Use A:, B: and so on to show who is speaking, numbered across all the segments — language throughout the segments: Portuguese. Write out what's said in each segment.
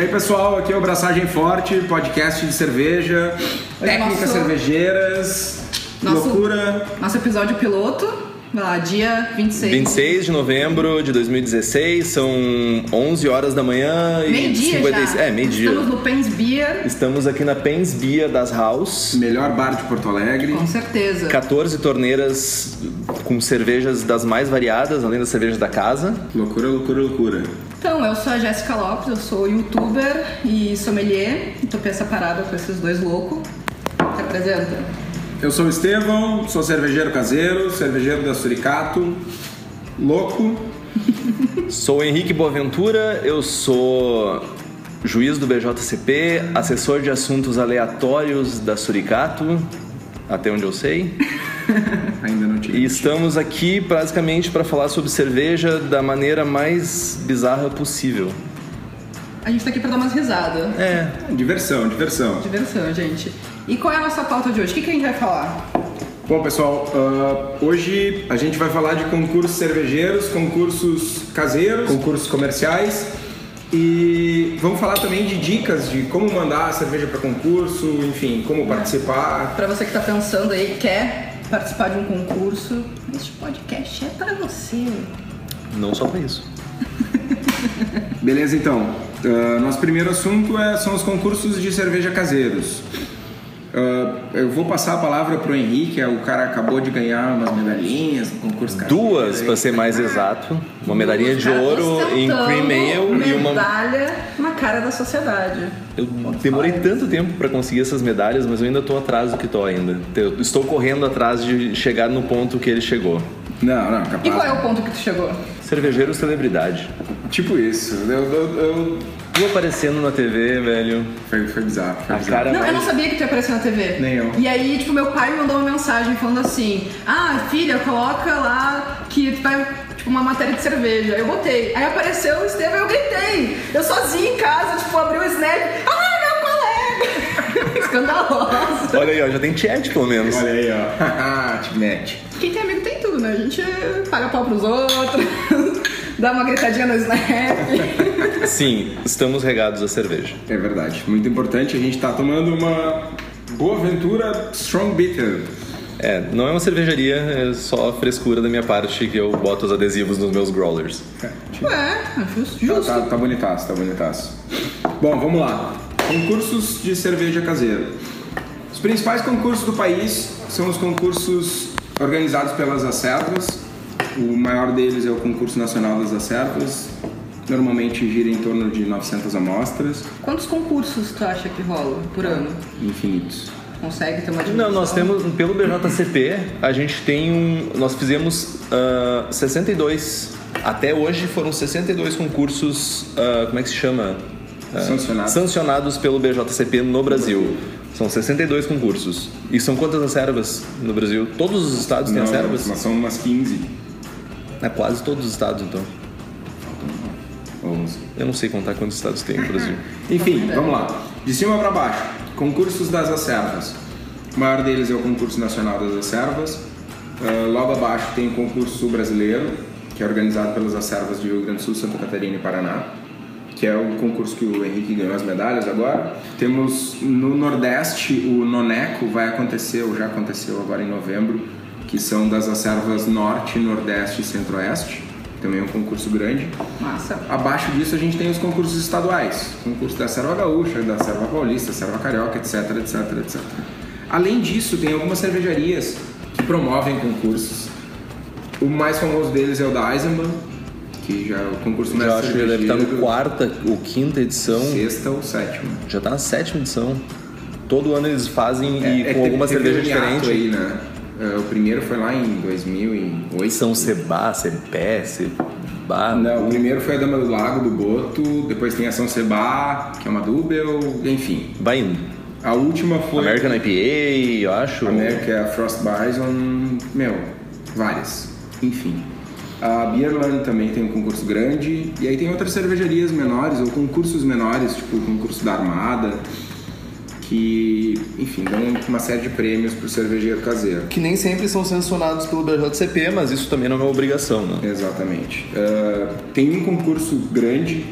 A: aí, pessoal? Aqui é o Braçagem Forte, podcast de cerveja, técnicas
B: É, Nosso-
A: cervejeiras,
B: Nosso-
A: loucura.
B: Nosso episódio piloto, vai lá, dia 26.
C: 26 de novembro de 2016, são 11 horas da manhã e
B: Meio-dia
C: 56
B: já.
C: É, meio-dia.
B: Estamos no Pens
C: Estamos...
B: Beer,
C: aqui na Pens Bia das House.
A: Melhor bar de Porto Alegre.
B: com certeza.
C: 14 torneiras com cervejas das mais variadas, além das cervejas da casa.
A: Loucura, loucura, loucura.
B: Então, eu sou a Jéssica Lopes, eu sou youtuber e sommelier. e Topei essa parada com esses dois loucos. Se apresenta.
A: Eu sou o Estevão, sou cervejeiro caseiro, cervejeiro da Suricato, louco.
C: Sou o Henrique Boaventura, eu sou juiz do BJCP, assessor de assuntos aleatórios da Suricato, até onde eu sei.
A: Ainda não
C: E
A: tive.
C: estamos aqui basicamente para falar sobre cerveja da maneira mais bizarra possível.
B: A gente tá aqui pra dar umas risadas.
C: É,
A: Diversão, diversão.
B: Diversão, gente. E qual é a nossa pauta de hoje? O que, que a gente vai falar?
A: Bom, pessoal, ah, hoje a gente vai falar de concursos cervejeiros, concursos caseiros, concursos comerciais e vamos falar também de dicas de como mandar a cerveja para concurso, enfim, como participar.
B: Pra você que tá pensando aí, quer participar de um concurso, este podcast é pra você.
C: não só para isso.
A: Beleza, então. ah, nosso primeiro assunto é, são os concursos de cerveja caseiros. Ah, eu vou passar a palavra pro Henrique, é, o cara acabou de ganhar umas medalhinhas no concurso caseiro.
C: Duas,
A: aí.
C: para ser mais exato, uma medalhinha de
B: Cara,
C: ouro em
B: ostentando
C: cream ale e uma.
B: medalha na cara da sociedade.
C: Eu demorei tanto tempo para conseguir essas medalhas, mas eu ainda tô atrás do que tô ainda. Eu estou correndo atrás de chegar no ponto que ele chegou.
A: Não, não,
B: E
C: Ah.
A: capaz.
B: qual é o ponto que tu chegou?
C: Cervejeiro celebridade.
A: Tipo isso. Eu, eu- eu-
C: Tu aparecendo na TV, velho.
A: Foi, foi bizarro. Foi
C: A
A: bizarro.
C: cara
B: Não, eu não
C: mais.
B: sabia que tu ia aparecer na TV.
A: Nem eu.
B: E aí, tipo, meu pai me mandou uma mensagem falando assim: Ah, filha, coloca lá que tu vai, tipo, uma matéria de cerveja. Eu botei. Aí apareceu o Estevam e eu gritei. Eu sozinha em casa, tipo, abri o snap. Ah, meu colega! Escandalosa.
C: Olha aí, ó, já tem chat pelo menos.
A: Olha aí, ó. Timete.
B: Quem tem amigo tem tudo, né? A gente paga pau pros outros, dá uma gritadinha no snap.
C: Sim, estamos regados a cerveja.
A: É verdade. Muito importante, a gente tá tomando uma Boa Ventura Strong Bitter.
C: É, não é uma cervejaria, é só frescura da minha parte que eu boto os adesivos nos meus growlers.
B: Ué, é justo.
A: Tá,
B: justo.
A: tá, tá bonitaço, tá bonitaço. Bom, vamos lá. Concursos de cerveja caseira. Os principais concursos do país são os concursos organizados pelas Acervas. O maior deles é o Concurso Nacional das Acervas. Normalmente gira em torno de 900 amostras,
B: Quantos concursos tu acha que rola por ano?
A: infinitos.
B: Consegue ter uma dimensão?
C: Não, nós temos, pelo BJCP, a gente tem um. Nós fizemos ah, 62. Até hoje foram 62 concursos, ah, como é que se chama? Ah,
A: Sancionados.
C: sancionados pelo BJCP no Brasil. São 62 concursos. E são quantas acervas no Brasil? Todos os estados têm
A: Não,
C: acervas?
A: mas são umas 15
C: É quase todos os estados, então.
A: ou 11.
C: Eu não sei contar quantos estados tem no Brasil.
A: Enfim, vamos lá. De cima para baixo. Concursos das acervas. O maior deles é o concurso nacional das acervas. Ah, logo abaixo tem o concurso brasileiro, que é organizado pelas acervas de Rio Grande do Sul, Santa Catarina e Paraná, que é o concurso que o Henrique ganhou as medalhas agora. Temos no Nordeste o Noneco, vai acontecer, ou já aconteceu agora em novembro, que são das acervas Norte, Nordeste e Centro-Oeste. Também é um concurso grande.
B: Massa.
A: Abaixo disso a gente tem os concursos estaduais, concurso da serva gaúcha, da serva paulista, serva carioca, etc, etc, etc. Além disso, tem algumas cervejarias que promovem concursos. O mais famoso deles é o da Eisenbahn, que já é o concurso mais
C: Eu acho que já deve estar no
A: cervejeiro,
C: quarta ou quinta edição.
A: sexta ou sétima.
C: Já tá na sétima edição. Todo ano eles fazem e
A: É, que
C: com
A: teve-
C: alguma
A: teve
C: cerveja
A: um hiato
C: diferente.
A: aí, né? É, O primeiro foi lá em 2008.
C: São Sebá, Cepé, Sebá.
A: Não, o primeiro foi a Dama do Lago, do Boto, depois tem a São Sebá, que é uma Dubel, enfim.
C: Vai indo.
A: A última foi...
C: American IPA, eu acho.
A: América, é Frost Bison, meu, várias. Enfim. A Beerland também tem um concurso grande. E aí tem outras cervejarias menores, ou concursos menores, tipo o concurso da Armada, que, enfim, dão uma série de prêmios pro cervejeiro caseiro.
C: Que nem sempre são sancionados pelo BJCP, mas isso também não é uma obrigação, né?
A: Exatamente. Ah, tem um concurso grande,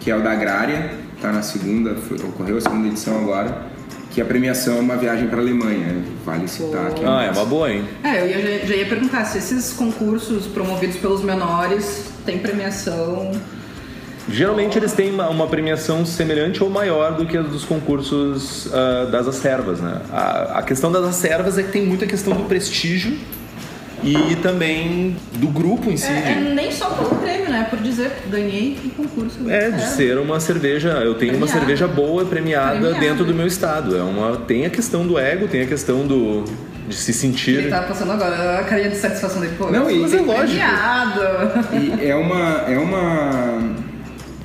A: que é o da Agrária, está na segunda, foi- ocorreu a segunda edição agora, que a premiação é uma viagem para a Alemanha. Vale citar aqui.
C: Ah, é uma boa, hein?
B: É, eu ia- já, já ia perguntar se esses concursos promovidos pelos menores têm premiação.
C: Geralmente eles têm uma, uma premiação semelhante ou maior do que a dos concursos ah, das acervas, né? A, a questão das acervas é que tem muita questão do prestígio e também do grupo em si. né?
B: É, é
C: de-
B: nem só pelo prêmio, né? Por dizer, ganhei um concurso.
C: É, de ser uma cerveja, eu tenho uma
B: Premiada.
C: cerveja boa e premiada,
B: Premiada.
C: dentro do meu estado. É uma, tem a questão do ego, tem a questão do de se sentir.
B: Ele tá passando agora a carinha de satisfação dele. Pô,
A: Não, e-
B: mas é
A: e-
B: lógico. Premiado.
A: E é uma. É uma.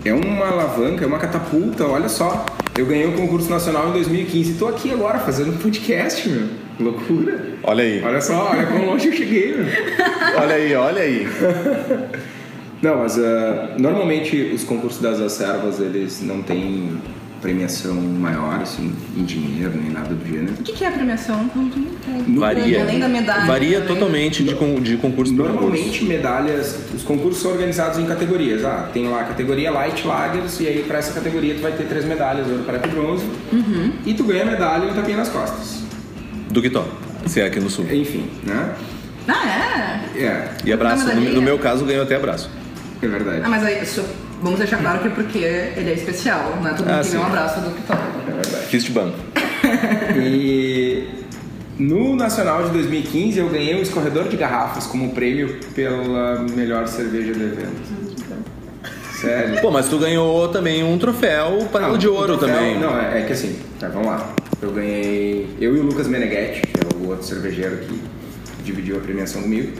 A: É uma alavanca, é uma catapulta, olha só. Eu ganhei o concurso nacional em 2015 e tô aqui agora fazendo um podcast, meu. Loucura.
C: Olha aí,
A: Olha só, olha quão longe eu cheguei, meu.
C: olha aí, olha aí.
A: Não, mas ah, normalmente os concursos das acervas, eles não têm premiação maior, assim, em dinheiro, nem nada do gênero.
B: O que, que é a premiação? Não tem- tem-
C: Varia.
B: Além da né? medalha.
C: Varia
B: além-
C: totalmente de, con- de concurso para concurso.
A: Normalmente medalhas, os concursos são organizados em categorias. Ah, tem lá a categoria Light Lagers e aí pra essa categoria tu vai ter três medalhas, ouro, prata e bronze. E tu ganha a medalha e um tapinha nas costas.
C: Do que top, se é aqui no sul.
A: Enfim, né?
B: Ah, é?
A: É,
C: E abraço.
B: Não,
C: No,
B: mas aí
C: no
B: é.
C: meu caso, ganhou até abraço.
A: é verdade.
B: Ah, mas aí, isso, vamos deixar claro que é porque ele é especial, né? Todo mundo
C: Ah,
B: tem
C: sim.
B: um abraço do que toca.
A: É verdade.
C: Fiz de banco.
A: E no Nacional de 2015 eu ganhei um escorredor de garrafas como prêmio pela melhor cerveja do evento. Sério.
C: Pô, mas tu ganhou também um troféu panela
A: Não,
C: de ouro
A: o troféu-
C: então também.
A: Não, é, é que assim, tá, vamos lá. Eu ganhei. Eu e o Lucas Meneghetti, que é o outro cervejeiro que dividiu a premiação comigo.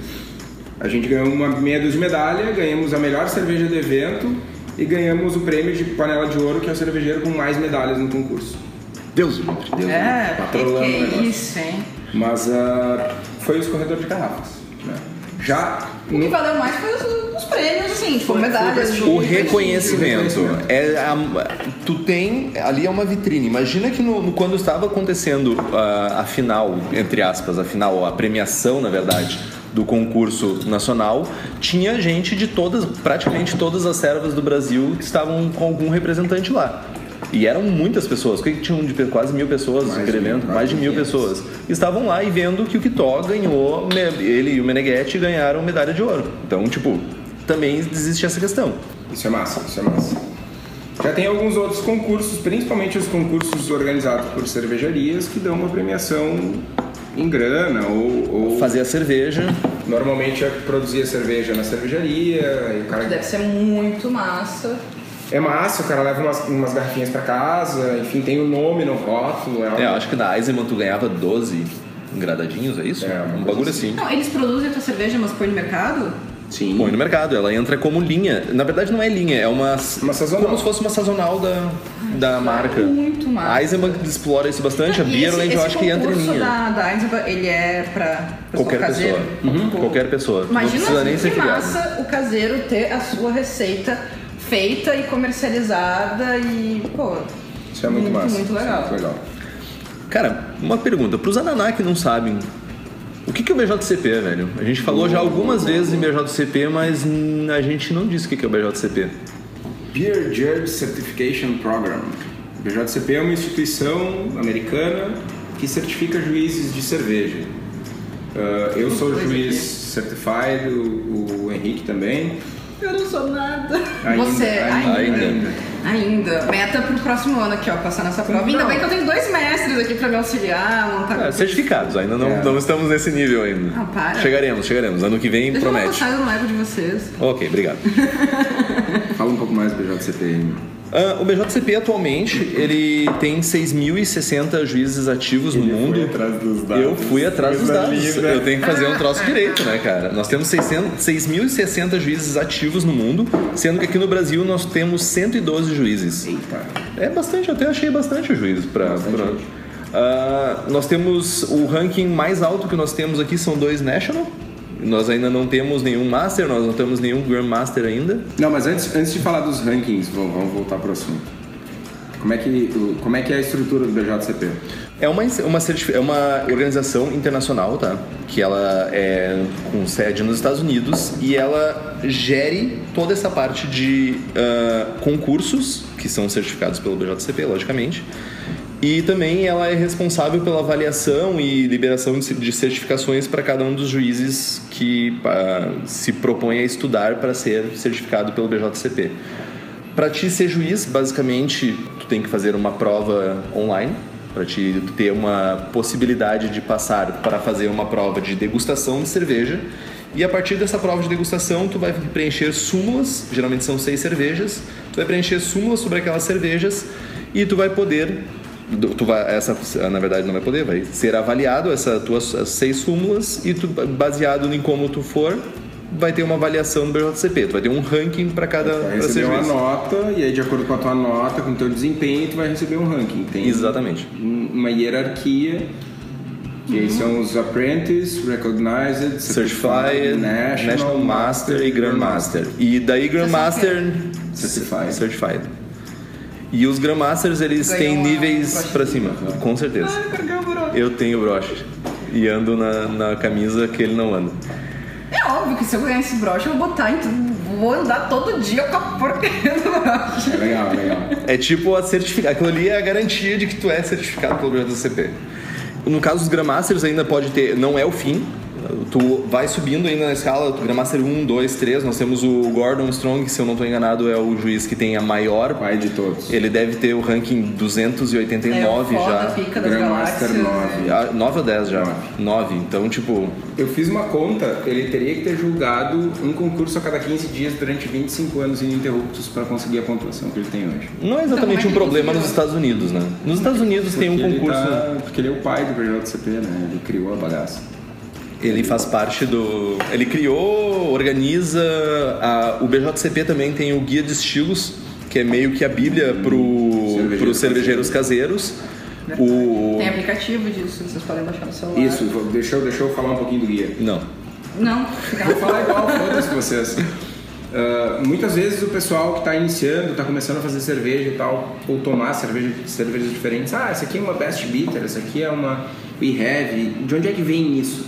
A: A gente ganhou uma meia dúzia de medalha, ganhamos a melhor cerveja do evento e ganhamos o prêmio de panela de ouro, que é o cervejeiro com mais medalhas no concurso.
C: Deus me livre.
A: Deus
B: É,
A: me patrolando né? Tá o
B: que
A: negócio.
B: isso, hein?
A: Mas ah, foi o escorredor de garrafas. né? Já.
B: O que
A: no-
B: valeu mais foi os, os prêmios, assim, tipo, medalhas.
A: foi
C: O
B: de-
C: reconhecimento.
A: reconhecimento.
C: É a- tu tem. Ali é uma vitrine. Imagina que no- no- quando estava acontecendo ah, a final, entre aspas, a final, a premiação, na verdade, do concurso nacional, tinha gente de todas, praticamente todas as servas do Brasil que estavam com algum representante lá. E eram muitas pessoas, que tinham de quase mil pessoas
A: Mais de
C: naquele
A: mil,
C: evento,
A: quase
C: mais de mil
A: 500.
C: pessoas. Estavam lá e vendo que o Kitó ganhou, me- ele e o Meneghetti ganharam medalha de ouro. Então, tipo, também existe essa questão.
A: Isso é massa, isso é massa. Já tem alguns outros concursos, principalmente os concursos organizados por cervejarias, que dão uma premiação em grana ou, ou
C: fazer a cerveja.
A: normalmente é produzir a cerveja na cervejaria. E o cara
B: Deve ser muito massa.
A: é massa, o cara leva umas, umas garrafinhas pra casa, enfim, tem o nome no rótulo.
C: É, eu
A: É,
C: acho que na Eisenman tu ganhava 12 engradadinhos, é isso?
A: É, uma
C: um
A: coisa assim.
C: bagulho assim.
B: Não, Então, eles produzem a tua cerveja, mas põe no mercado?
A: sim.
C: Põe no mercado, ela entra como linha. Na verdade não é linha, é uma,
A: Uma sazonal.
C: como se fosse uma sazonal da, da marca.
B: muito massa.
C: A Eisenman explora isso bastante, a
B: Ah, E esse-
C: Beerland eu
B: esse
C: acho que entra em
B: concurso
C: linha.
B: Da, da Eisenbahn, ele é pra pessoa
C: Qualquer
B: caseira?
C: pessoa. Uhum, Qualquer pessoa. não
B: Imagina assim,
C: precisa nem
B: que
C: ser filiado. né?
B: massa o caseiro ter a sua receita feita e comercializada e, pô...
A: Isso é muito, massa.
B: Muito legal.
A: Isso é muito legal.
C: Cara, uma pergunta. Pros Ananá que não sabem, o que que é o BJCP, velho? A gente falou já algumas vezes em BJCP, mas hum, a gente não disse o que que é o BJCP.
A: Beer Judge Certification Program. O BJCP é uma instituição americana que certifica juízes de cerveja. Ah, eu sou juiz certified, o, o Henrique também.
B: Eu não sou nada.
A: Ainda,
B: Você,
A: ainda,
C: ainda.
A: ainda.
B: Ainda. Meta pro próximo ano aqui, ó, passar nessa prova. Ainda
A: Não.
B: bem que eu tenho dois mestres aqui pra me auxiliar, montar.
C: Ah, certificados, ainda não,
A: É.
C: não estamos nesse nível ainda.
B: Ah, para.
C: Chegaremos, chegaremos. Ano que vem
B: Deixa eu
C: promete.
B: passar, eu não levo de vocês.
C: Ok, obrigado.
A: Fala um pouco mais do BJCP. aí, meu.
C: Ah, o BJCP atualmente ele tem 6.060 juízes ativos no mundo.
A: atrás dos
C: Eu fui atrás dos
A: Coisa
C: dados.
A: linda.
C: Eu tenho que fazer um
B: Ah.
C: troço direito, né, cara? Nós temos 600 6.060 juízes ativos no mundo, sendo que aqui no Brasil nós temos 112 juízes.
A: Eita.
C: É bastante, eu até achei bastante juízo pra.
A: Bastante
C: pra-
A: juízo.
C: Ah, nós temos o ranking mais alto que nós temos aqui são dois national. Nós ainda não temos nenhum master, nós não temos nenhum grandmaster ainda.
A: Não, mas antes, antes de falar dos rankings, vamos, vamos voltar pro assunto. Como é, que, o- como é que é a estrutura do BJCP?
C: É uma, uma, certifi- é uma organização internacional, tá? Que ela é com sede nos Estados Unidos e ela gere toda essa parte de ah, concursos, que são certificados pelo BJCP, logicamente. E também ela é responsável pela avaliação e liberação de de certificações para cada um dos juízes que ah, se propõe a estudar para ser certificado pelo BJCP. Para ti ser juiz, basicamente, tu tem que fazer uma prova online para te ter uma possibilidade de passar para fazer uma prova de degustação de cerveja. E a partir dessa prova de degustação, tu vai preencher súmulas, geralmente são seis cervejas. Tu vai preencher súmulas sobre aquelas cervejas e tu vai poder do- tu vai essa na verdade não vai poder, vai ser avaliado essa tuas as seis súmulas e tu baseado em como tu for, vai ter uma avaliação do BJCP, tu vai ter um ranking para cada
A: Vai
C: pra
A: receber
C: ser
A: um uma
C: juiz.
A: nota e aí de acordo com a tua nota, com o teu desempenho, tu vai receber um ranking. Tem
C: Exatamente.
A: um- uma hierarquia que aí são os Apprentice, Recognized,
C: Certified, National, Master e Grandmaster. E daí Grandmaster
A: Certified.
C: Certified. E os Grandmasters eles
B: Ganhou
C: têm
B: uma
C: níveis
B: broche.
C: pra cima, com certeza.
B: Ai, carguei o broto.
C: Eu tenho broche e ando na, na camisa que ele não anda.
B: É óbvio que se eu ganhar esse broche, eu vou botar em tudo. Vou andar todo dia com a porcaria do broche.
A: É legal, legal.
C: É tipo a certificação. Aquilo ali é a garantia de que tu é certificado pelo BJCP. No caso dos Grandmasters ainda pode ter, não é o fim. Tu vai subindo ainda na escala, Grandmaster 1, 2, 3, nós temos o Gordon Strong, que se eu não estou enganado é o juiz que tem a maior
A: Pai de todos.
C: Ele deve ter o ranking
B: É, o
C: 289
B: foda,
C: já.
B: pica das
A: Grandmaster
B: galáxias.
A: 9.
C: Ah, 9 ou 10 já?
A: Nove.
C: 9. Então, tipo,
A: Eu fiz uma conta, ele teria que ter julgado um concurso a cada 15 dias durante 25 anos ininterruptos para conseguir a pontuação que ele tem hoje.
C: não
B: como
C: é
B: é
C: exatamente
B: que
C: um problema
B: conseguiu?
C: nos Estados Unidos, né? Nos Estados Unidos tem um
A: Porque ele
C: concurso.
A: tá- porque ele é o pai do BJCP, né? Ele criou a bagaça.
C: Ele faz parte do. Ele criou, organiza. a- O BJCP também tem o Guia de Estilos, que é meio que a Bíblia pro,
A: Cervejeiro
C: pros cervejeiros caseiros. O.
B: Tem aplicativo disso, vocês podem baixar no celular.
A: Isso, vou- deixa eu, deixa eu falar um pouquinho do guia.
C: Não.
B: Não, fica na
A: Vou falar igual, foda-se vocês. Ah, muitas vezes o pessoal que está iniciando, está começando a fazer cerveja e tal, ou tomar cerveja, cervejas diferentes. Ah, essa aqui é uma Best Bitter, essa aqui é uma We Heavy. De onde é que vem isso?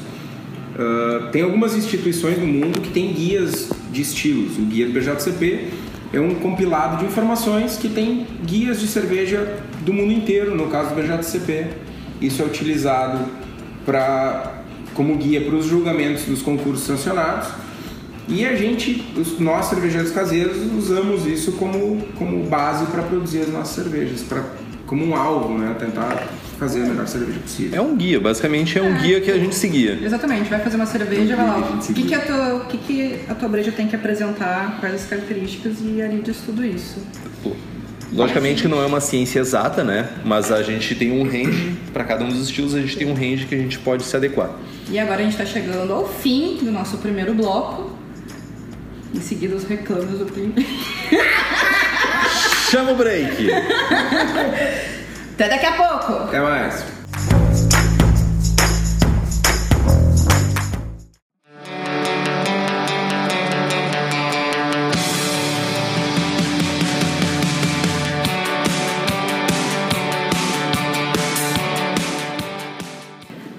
A: Ah, tem algumas instituições no mundo que têm guias de estilos. O guia do BJCP é um compilado de informações que tem guias de cerveja do mundo inteiro, no caso do BJCP. Isso é utilizado pra, como guia para os julgamentos dos concursos sancionados. E a gente, os, nós cervejeiros caseiros, usamos isso como, como base para produzir as nossas cervejas, pra, como um alvo, né? Tentar fazer a melhor cerveja possível.
C: É um guia, basicamente
B: Ah.
C: é um guia que a gente seguia.
B: Exatamente, vai fazer uma cerveja, vai lá.
A: A
B: ó,
A: gente
B: O que,
A: seguiu.
B: que, a tua, o que, que a tua breja tem que apresentar, quais as características e ali diz tudo isso.
C: Logicamente que não é uma ciência exata, né? Mas a gente tem um range, para cada um dos estilos, a gente tem um range que a gente pode se adequar.
B: E agora a gente tá chegando ao fim do nosso primeiro bloco. Em seguida, os reclamos do primeiro.
C: Chama o break!
B: Até daqui a pouco!
A: Até mais!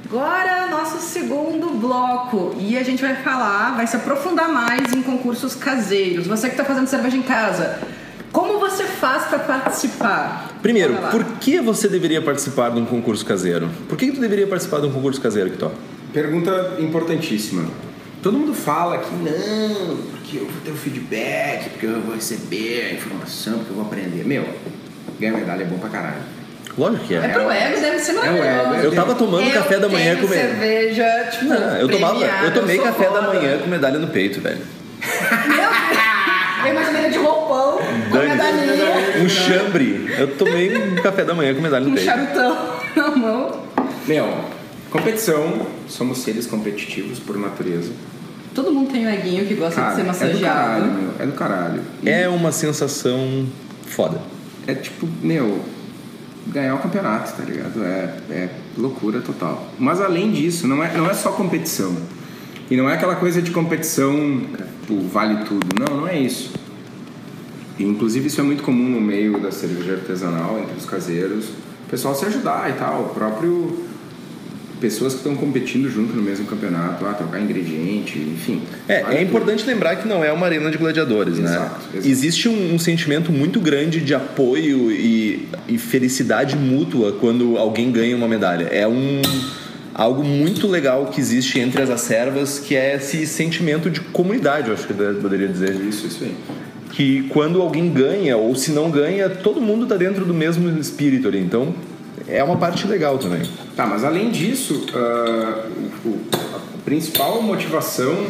B: Agora, nosso segundo bloco. E a gente vai falar, vai se aprofundar mais em concursos caseiros. Você que tá fazendo cerveja em casa, como você faz para participar?
C: Primeiro,
B: Bora lá.
C: por que você deveria participar de um concurso caseiro? Por que que tu deveria participar de um concurso caseiro, Kitó?
A: Pergunta importantíssima. Todo mundo fala que não, porque eu vou ter o feedback, porque eu vou receber a informação, porque eu vou aprender. Meu, ganhar medalha é bom pra caralho.
C: Lógico que
B: É
C: é.
B: pro ego, deve ser
A: o ego,
B: maravilhoso.
A: é
C: Eu tava tomando
B: Eu
C: café da manhã
B: tenho
C: com medalha.
B: cerveja, tipo,
C: Não, Ah, eu tomava,
B: premiada,
C: eu tomei
B: sou
C: café da
B: foda.
C: manhã com medalha no peito, velho.
B: Meu Deus! Eu imaginei de roupão, com
C: Dane-se.
B: medalhinha,
C: Um chambre. Eu tomei um café da manhã com medalha no
B: um
C: peito.
B: charutão na mão.
A: Meu, competição, somos seres competitivos por natureza.
B: Todo mundo tem um eguinho que
C: Ah,
B: gosta de
A: Cara,
B: ser
A: é do
B: massageado.
A: caralho, meu, é do caralho. E-
C: É uma sensação foda.
A: é tipo, meu, ganhar o campeonato, tá ligado? É, é loucura total. Mas além disso, não é, não é só competição. E não é aquela coisa de competição, tipo, vale tudo. Não, não é isso. E, inclusive, isso é muito comum no meio da cerveja artesanal, entre os caseiros. pessoal se ajudar e tal. O próprio. Pessoas que estão competindo junto no mesmo campeonato, ah, trocar ingrediente, enfim.
C: É,
A: Vale
C: é
A: tudo.
C: importante lembrar que não é uma arena de gladiadores, né?
A: Exato, exato.
C: Existe um, um sentimento muito grande de apoio e, e felicidade mútua quando alguém ganha uma medalha. É um algo muito legal que existe entre as acervas, que é esse sentimento de comunidade, eu acho que eu poderia dizer
A: Isso, isso aí.
C: que quando alguém ganha ou se não ganha, todo mundo tá dentro do mesmo espírito ali. Então, é uma parte legal também.
A: Tá, mas além disso, ah, o- o- a principal motivação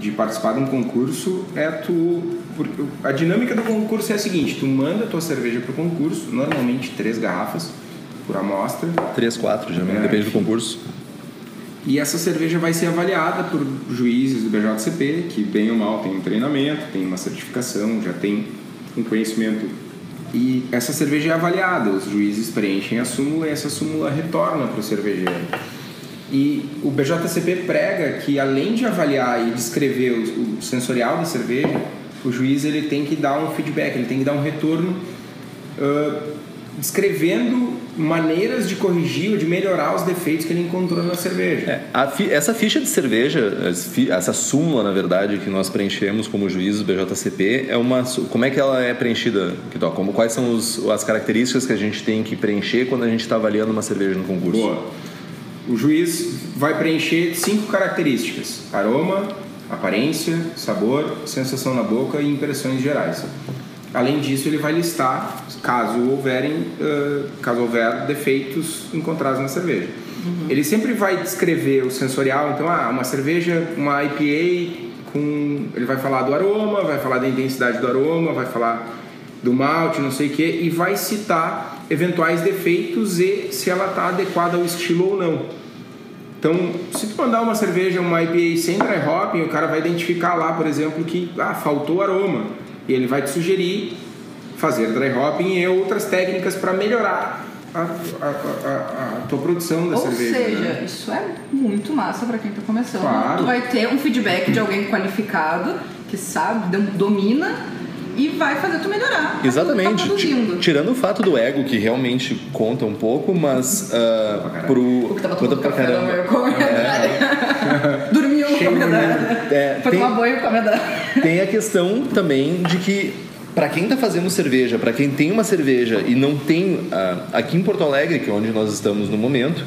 A: de participar de um concurso é tu. Porque a dinâmica do concurso é a seguinte: tu manda a tua cerveja pro concurso, normalmente três garrafas por amostra,
C: 3, 4, geralmente,
A: É.
C: depende do concurso.
A: e essa cerveja vai ser avaliada por juízes do BJCP, que bem ou mal tem um treinamento, tem uma certificação, já tem um conhecimento. E essa cerveja é avaliada, os juízes preenchem a súmula e essa súmula retorna para o cervejeiro. E o BJCP prega que além de avaliar e descrever o, o sensorial da cerveja, o juiz ele tem que dar um feedback, ele tem que dar um retorno ah, descrevendo maneiras de corrigir ou de melhorar os defeitos que ele encontrou na cerveja.
C: É, a fi- essa ficha de cerveja, as fi- essa súmula, na verdade, que nós preenchemos como juízes do BJCP, é uma, su- como é que ela é preenchida? Que tal? Como, quais são os- as características que a gente tem que preencher quando a gente está avaliando uma cerveja no concurso?
A: Boa. O juiz vai preencher cinco características: aroma, aparência, sabor, sensação na boca e impressões gerais. Além disso, ele vai listar, caso houverem, ah, caso houver defeitos encontrados na cerveja. Ele sempre vai descrever o sensorial, então, ah, uma cerveja, uma IPA com, ele vai falar do aroma, vai falar da intensidade do aroma, vai falar do malte, não sei o que, e vai citar eventuais defeitos e se ela está adequada ao estilo ou não. Então, se tu mandar uma cerveja, uma IPA sem dry hopping, o cara vai identificar lá, por exemplo, que ah, faltou aroma. E ele vai te sugerir fazer dry hopping e outras técnicas para melhorar a, a, a- a- a tua produção da
B: Ou
A: cerveja.
B: seja,
A: né?
B: isso é muito massa pra quem tá começando.
A: Claro.
B: Tu vai ter um feedback de alguém qualificado, que sabe, dom- domina, e vai fazer tu melhorar. aquilo que Tá
C: Exatamente.
B: produzindo.
C: Ti- Tirando o fato do ego, que realmente conta um pouco, mas
A: pra
C: ah,
A: caralho.
C: pro.
B: O que tava
C: conta
B: tomando café da manhã com a medalha. Dormiu com a
A: Cheio de
B: medalha.
C: É,
B: Foi
C: tem-
B: tomar banho com a medalha.
C: Tem a questão também de que para quem tá fazendo cerveja, para quem tem uma cerveja e não tem ah, aqui em Porto Alegre, que é onde nós estamos no momento,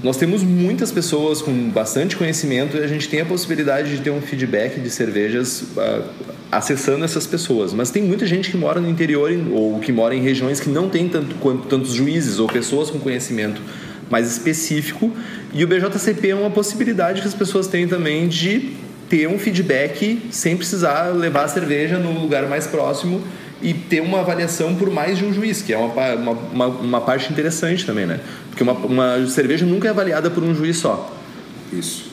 C: nós temos muitas pessoas com bastante conhecimento e a gente tem a possibilidade de ter um feedback de cervejas ah, acessando essas pessoas. Mas tem muita gente que mora no interior em- ou que mora em regiões que não tem tanto, quanto- tantos juízes ou pessoas com conhecimento mais específico e o BJCP é uma possibilidade que as pessoas têm também de ter um feedback sem precisar levar a cerveja no lugar mais próximo e ter uma avaliação por mais de um juiz, que é uma, pa- uma, uma, uma parte interessante também, né? Porque uma, uma cerveja nunca é avaliada por um juiz só.
A: Isso.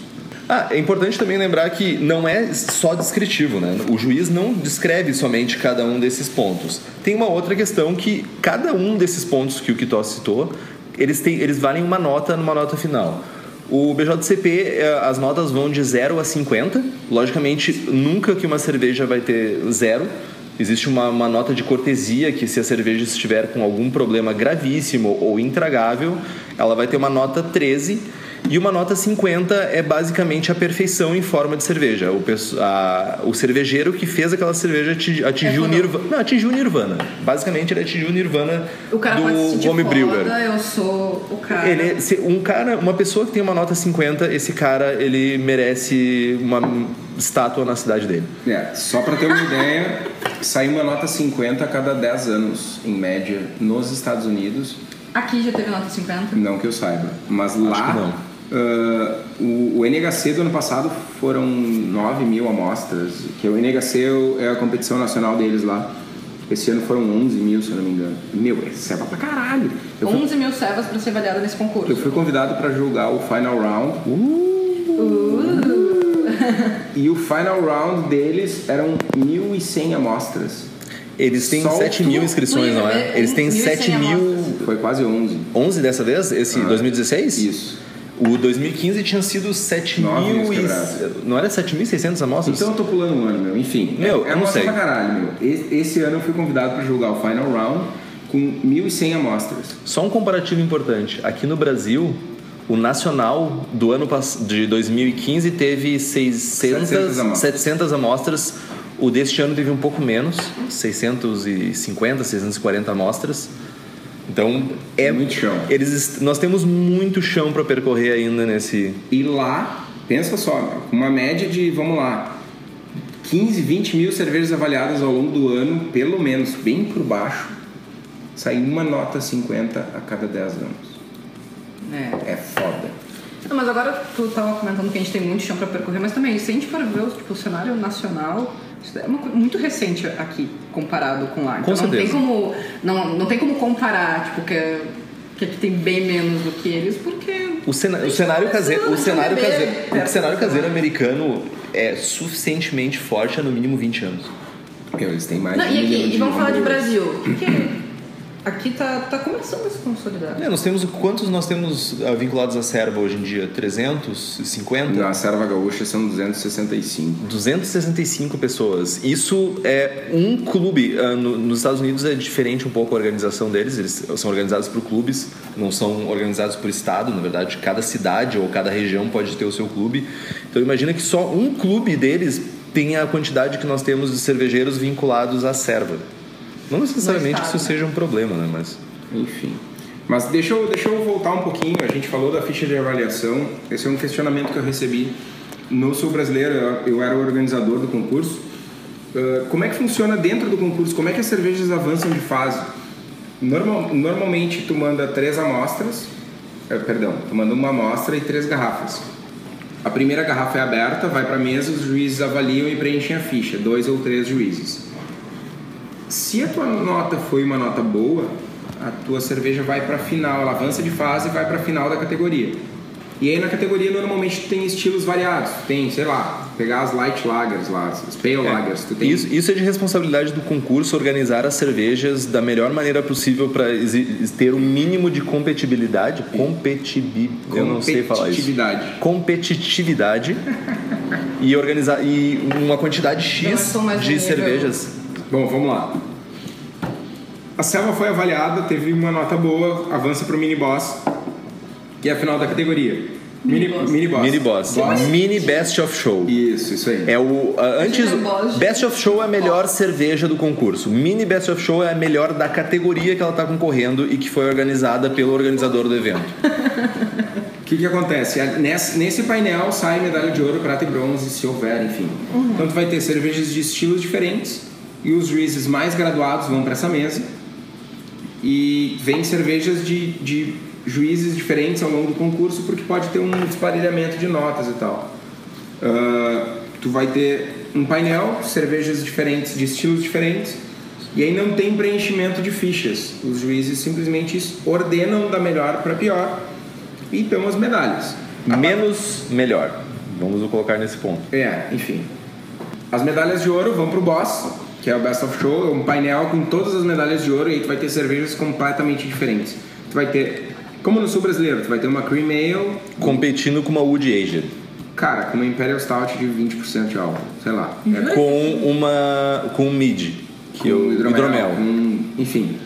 C: Ah, é importante também lembrar que não é só descritivo, né? O juiz não descreve somente cada um desses pontos. Tem uma outra questão que cada um desses pontos que o Kitó citou, eles, têm, eles valem uma nota numa nota final. O BJCP, eh, as notas vão de 0 a 50. Logicamente, nunca que uma cerveja vai ter zero. Existe uma, uma nota de cortesia que, se a cerveja estiver com algum problema gravíssimo ou intragável, ela vai ter uma nota 13. E uma nota 50 é basicamente a perfeição em forma de cerveja. O, pesso- a- o cervejeiro que fez aquela cerveja ati- atingiu o
B: foda.
C: Nirvana. Não, atingiu o Nirvana. Basicamente, ele atingiu o Nirvana
B: O cara pode se
C: do
B: sentir
C: home brewer.
B: foda, eu sou o cara.
C: Ele, se um cara, uma pessoa que tem uma nota 50, esse cara ele merece uma estátua na cidade dele.
A: É, só para ter uma ideia, saiu uma nota 50 a cada 10 anos, em média, nos Estados Unidos.
B: Aqui já teve nota 50.
A: Não que eu saiba. Mas lá.
C: que não.
A: ah, o, o NHC do ano passado foram 9 mil amostras, que o NHC é o- é a competição nacional deles lá. Esse ano foram 11 mil, se eu não me engano. Meu, é serva pra caralho. Eu fui,
B: 11 mil servas pra ser avaliada nesse concurso.
A: eu fui convidado para julgar o final round.
C: Uh!
A: E o final round deles eram 1.100 amostras.
C: Eles têm
A: Só
C: 7 mil
A: tu-
C: inscrições,
B: tu ia
C: não é?
A: né?
B: ver
C: Eles têm
B: 1.100
C: 7 mil.
B: amostras.
A: Foi quase 11.
C: 11 dessa vez?
A: Ah,
C: Esse 2016?
A: Isso.
C: O 2015 tinha sido 7
A: Nove
C: mil e...
A: meses quebrados.
C: Não era 7.600 amostras?
A: Então eu tô pulando um ano, meu. Enfim,
C: Meu,
A: é, é
C: eu não
A: uma
C: sei.
A: pra caralho, meu. E- Esse ano eu fui convidado pra julgar o Final Round com 1.100 amostras.
C: Só um comparativo importante. Aqui no Brasil, o nacional do ano pass- de 2015 teve 600,
A: 700 amostras.
C: 700 amostras. O deste ano teve um pouco menos, 650, 640 amostras. Então é
A: Muito chão.
C: Eles, est- nós temos muito chão para percorrer ainda nesse.
A: E lá, pensa só, meu, com uma média de, vamos lá, 15, 20 mil cervejas avaliadas ao longo do ano, pelo menos, bem por baixo, sai uma nota 50 a cada 10 anos.
B: É.
A: É foda.
B: Não, mas agora tu tava comentando que a gente tem muito chão pra percorrer, mas também, se a gente for ver o, tipo, o cenário nacional, isso é uma coisa muito recente aqui, comparado com lá.
C: Com
B: Então não tem
C: certeza.
B: como. Não, não tem como comparar, tipo, que, é- que aqui tem bem menos do que eles, porque.
C: O, cena- o cenário caseiro, o
B: Começando,
C: cenário
B: bebê.
C: caseiro, o cenário caseiro americano é suficientemente forte há no mínimo 20 anos.
A: Meu, eles têm mais
B: Não,
A: de
B: e
A: um milhão
B: aqui, e vamos falar de
A: membros.
B: Brasil. Porque aqui tá, tá começando a se consolidar.
C: É, nós temos quantos nós temos ah, vinculados à Serba hoje em dia? 350?
A: Na serva gaúcha são 265.
C: 265 pessoas. Isso é um clube. Ah, no- nos Estados Unidos é diferente um pouco a organização deles. Eles são organizados por clubes, não são organizados por estado. Na verdade, cada cidade ou cada região pode ter o seu clube. Então imagina que só um clube deles tem a quantidade que nós temos de cervejeiros vinculados à serva. Não necessariamente que isso
B: estado, né?
C: seja um problema, né? Mas
A: Enfim. Mas deixa eu, deixa eu voltar um pouquinho. A gente falou da ficha de avaliação. Esse é um questionamento que eu recebi no Sul Brasileiro. Eu- Eu era o organizador do concurso. Ah, como é que funciona dentro do concurso? Como é que as cervejas avançam de fase? Normal- normalmente tu manda três amostras. eh, perdão, tu manda uma amostra e três garrafas. A primeira garrafa é aberta, vai para a mesa, os juízes avaliam e preenchem a ficha. Dois ou três juízes. Se a tua nota foi uma nota boa, a tua cerveja vai para final, ela avança de fase e vai para final da categoria. E aí na categoria normalmente tu tem estilos variados, tu tem, sei lá, pegar as light lagers lá, as pale lagers, tu tem
C: Isso, isso é de responsabilidade do concurso organizar as cervejas da melhor maneira possível para ter o mínimo de compatibilidade. Competibi... Eu não sei falar isso.
A: Competitividade.
C: Competitividade. e organizar e uma quantidade
B: Então,
C: X
B: são mais um
C: de
B: nível.
C: cervejas.
A: Bom, vamos lá. A selva foi avaliada, teve uma nota boa, avança pro mini boss, que é a final da categoria. Mini,
B: Mini-boss.
A: mini boss.
C: Mini boss. Mini best of show.
A: Isso, isso aí.
C: É o a- antes
B: Mini um boss.
C: Best of Show é a melhor cerveja do concurso. Mini Best of Show é a melhor da categoria que ela está concorrendo e que foi organizada pelo organizador do evento.
A: O que, que acontece? A- Nesse, nesse painel sai medalha de ouro, prata e bronze, se houver, enfim. Então tu vai ter cervejas de estilos diferentes e os juízes mais graduados vão para essa mesa e vem cervejas de, de juízes diferentes ao longo do concurso porque pode ter um desparelhamento de notas e tal. Ah, tu vai ter um painel, cervejas diferentes, de estilos diferentes e aí não tem preenchimento de fichas. Os juízes simplesmente ordenam da melhor para pior e dão as medalhas.
C: Menos, melhor. Vamos colocar nesse ponto.
A: É, enfim. As medalhas de ouro vão pro boss, que é o Best of Show, é um painel com todas as medalhas de ouro e aí tu vai ter cervejas completamente diferentes. Tu vai ter, como no sul brasileiro, tu vai ter uma cream ale,
C: Competindo com uma Wood Aged.
A: cara, com uma Imperial Stout de 20% de álcool, sei lá.
B: Uhum.
A: É
C: Com uma. com um mid. Que é o hidromel.
A: com- enfim.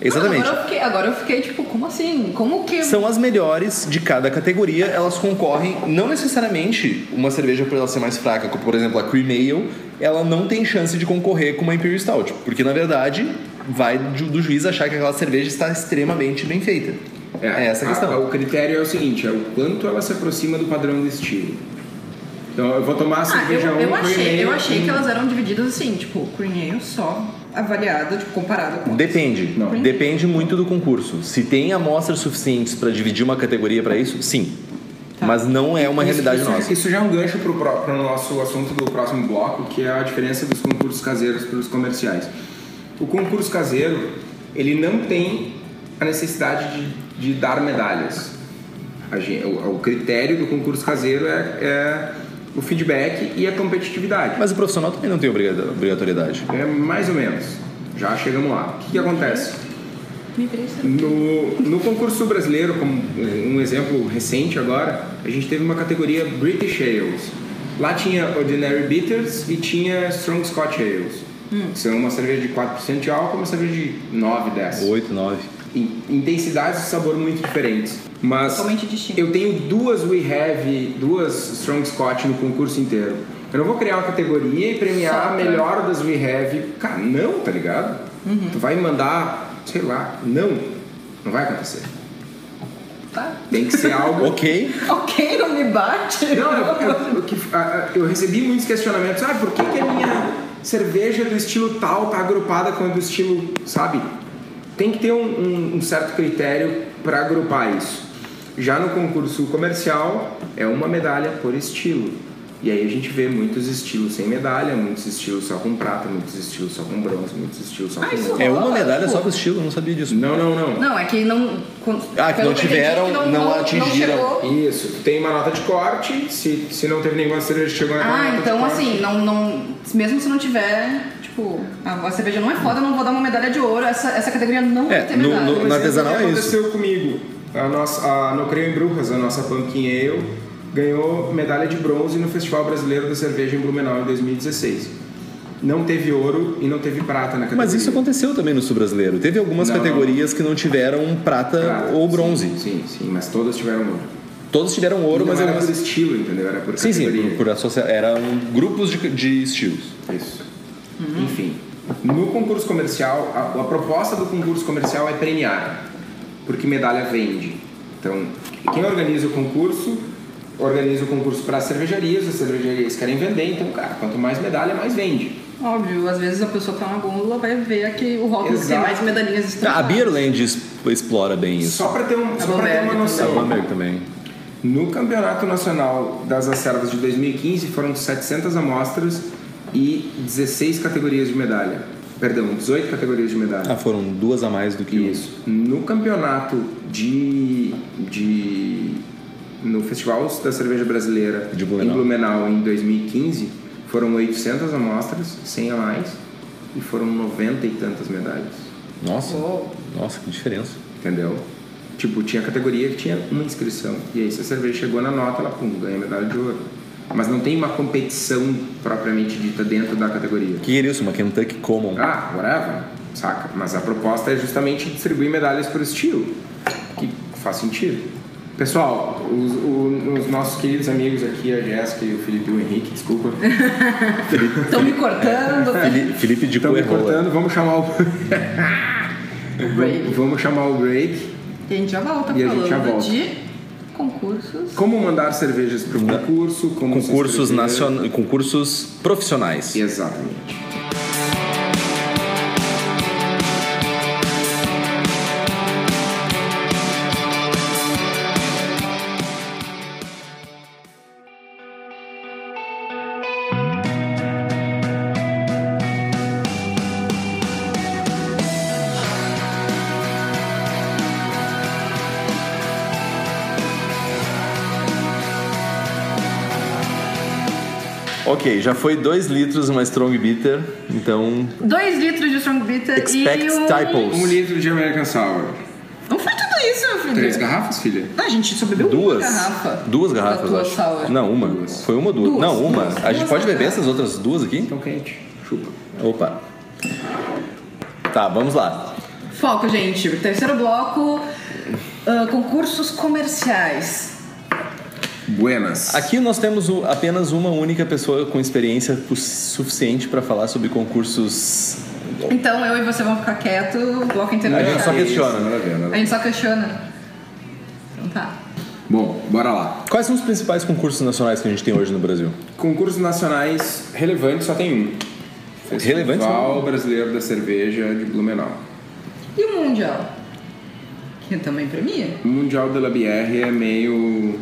C: Exatamente.
B: Agora eu, fiquei, agora eu fiquei, tipo, como assim? Como que.
C: São as melhores de cada categoria, elas concorrem, não necessariamente uma cerveja por ela ser mais fraca, como por exemplo a Cream Ale, ela não tem chance de concorrer com uma Imperial Stout, porque na verdade vai ju- do juiz achar que aquela cerveja está extremamente bem feita. É, essa a questão.
A: a- o critério é o seguinte, é o quanto ela se aproxima do padrão do estilo. Então eu vou tomar a
B: Ah, eu,
A: cerveja um
B: eu
A: cream ale
B: achei, eu achei
A: com-
C: hum.
B: que elas eram divididas assim, tipo, cream ale só avaliada, tipo, comparada com.
C: Depende.
A: Não.
C: Depende muito do concurso. Se tem amostras suficientes para dividir uma categoria para isso, sim. Mas não é uma realidade
A: isso,
C: nossa.
A: Isso já é um gancho pro, pró- pro nosso assunto do próximo bloco, que é a diferença dos concursos caseiros para os comerciais. O concurso caseiro, ele não tem a necessidade de, de dar medalhas. A gen- o, o critério do concurso caseiro é, é o feedback e a competitividade.
C: Mas o profissional também não tem obriga- obrigatoriedade.
A: É mais ou menos. Já chegamos lá. O que, que acontece?
B: Me interessa.
A: No, no concurso brasileiro, como eh, um exemplo recente agora, a gente teve uma categoria British Ales. Lá tinha Ordinary Bitters e tinha Strong Scotch Ales. São uma cerveja de 4% de álcool, uma cerveja de 9, 10.
C: 8, 9.
A: In- intensidades de sabor muito diferentes. Mas
B: Totalmente distinto.
A: eu tenho duas We Have, duas Strong Scott no concurso inteiro. Eu não vou criar uma categoria e
B: Só
A: premiar
B: pra-
A: a melhor das We Have. Cara, não, tá ligado?
B: Uhum.
A: Tu vai mandar, sei lá, não. Não vai acontecer.
B: Tá?
A: Tem que ser algo.
C: Ok.
B: Ok, não me bate.
A: Não,
C: é
A: eu, eu- eu- que- a- a- eu recebi muitos questionamentos. Ah, por que, que a minha cerveja do estilo tal tá agrupada com a do estilo, sabe? Tem que ter um, um- um certo critério para agrupar isso. Já no concurso comercial, é uma medalha por estilo. E aí a gente vê muitos estilos sem medalha, muitos estilos só com prata, muitos estilos só com bronze, muitos estilos só
B: Ah,
A: com...
B: isso
A: ouro.
C: É uma medalha só pro estilo, eu não sabia disso.
A: Não, não, não.
B: Não, é que não. quando-
C: Ah, que
B: pelo
C: não tiveram,
B: entendi, que
C: não atingiram.
B: chegou.
A: Isso, tem uma nota de corte, se, se não teve nenhuma cerveja que chegou naquela
B: Ah,
A: nota de
B: então
A: corte.
B: assim, não, não, mesmo se não tiver, tipo, a, a cerveja não é foda, eu não vou dar uma medalha de ouro. Essa, essa categoria não
C: É,
B: vai ter
C: no-
B: medalha.
C: no-
A: Por exemplo,
C: na- artesanal
A: o que
C: é
A: aconteceu comigo. A nossa, a Nocreio em Brujas, a nossa Pumpkin Ale, ganhou medalha de bronze no Festival Brasileiro da Cerveja em Blumenau em 2016. Não teve ouro e não teve prata na categoria.
C: Mas isso aconteceu também no sul brasileiro. Teve algumas
A: Não.
C: categorias que não tiveram prata,
A: Prata,
C: ou bronze.
A: Sim, sim, sim, mas todas tiveram ouro.
C: Todos tiveram ouro,
A: não
C: mas
A: era
C: algumas.
A: por estilo, entendeu? Era por
C: Sim, sim,
A: categoria.
C: por, por associa... eram grupos de, de estilos.
A: Isso. Enfim, no concurso comercial, a, a proposta do concurso comercial é premiar, porque medalha vende. Então, quem organiza o concurso, organiza o concurso para as cervejarias, as cervejarias querem vender, então, cara, quanto mais medalha, mais vende.
B: Óbvio, às vezes a pessoa que tá na gôndola vai ver a que o rótulo que tem
A: Exato.
B: mais medalhinhas
C: Ah, A
B: estampadas.
C: Beerland es- explora bem isso.
A: Só para ter, um, só pra ter uma
B: Bamberg
C: A
A: noção.
C: Bamberg também.
A: No Campeonato Nacional das Acervas de 2015 foram 700 amostras e 16 categorias de medalha. Perdão, 18 categorias de medalha.
C: Ah, foram duas a mais do que
A: Isso. No campeonato de, de. No Festival da Cerveja Brasileira
C: De Blumenau.
A: em Blumenau em 2015, foram 800 amostras, 100 a mais, e foram 90 e tantas medalhas.
C: o. Nossa,
B: Uou.
C: nossa, que diferença.
A: Entendeu? Tipo, tinha categoria que tinha uma inscrição. E aí, se a cerveja chegou na nota, ela, pum, ganha medalha de ouro. Mas não tem uma competição propriamente dita dentro da categoria.
C: O que era isso? Uma Kentucky Common.
A: Ah, whatever, saca? Mas a proposta é justamente distribuir medalhas por estilo, que faz sentido. Pessoal, os, o- os nossos queridos amigos aqui, a Jéssica e o Felipe e o Henrique, desculpa,
B: Estão me cortando.
C: Fili- Felipe de
A: estão me
C: Cuerrola.
A: cortando, vamos chamar o...
B: Break.
A: vamos chamar o break.
B: E a gente já volta
A: E a gente
B: falando
A: já volta.
B: de concursos.
A: Como mandar cervejas para o concurso, como se
C: Concursos,
A: inscrever.
C: nacion... Concursos profissionais.
A: Exatamente.
C: Ok, já foi 2 litros uma Strong Bitter, então.
B: 2 litros de Strong Bitter
C: Expect
B: e um...
C: typos.
A: Um litro de American Sour.
B: Não foi tudo isso, meu filho.
A: Três garrafas, filha?
B: Ah, a gente só bebeu
C: Duas.
B: uma garrafa.
C: Duas garrafas,
B: da
C: eu
B: tua
C: acho.
B: sour.
C: Não, uma.
A: Duas.
C: Foi uma ou duas?
B: Duas,
C: Não, uma.
B: duas,
C: a gente
B: duas
C: pode beber
B: garrafas.
C: essas outras duas aqui?
A: Então quente. Chupa.
C: Opa. Tá, vamos lá.
B: Foco, gente. Terceiro bloco, ah, concursos comerciais.
A: Buenas.
C: Aqui nós temos o- apenas uma única pessoa com experiência pu- suficiente para falar sobre concursos.
B: Então eu e você vão ficar quieto o bloco inteiro.
C: A
B: vai
C: gente só
A: é
B: ficar.
A: Isso,
C: questiona. né?
A: nada a ver, nada a
B: a
A: ver.
B: gente só questiona. Então tá.
A: Bom, bora lá.
C: Quais são os principais concursos nacionais que a gente tem hoje no Brasil?
A: Concursos nacionais relevantes só tem um.
C: Relevantes?
A: Festival Brasileiro da Cerveja de Blumenau.
B: E o Mundial? Que também é. premia?
A: O Mundial da Bière é meio.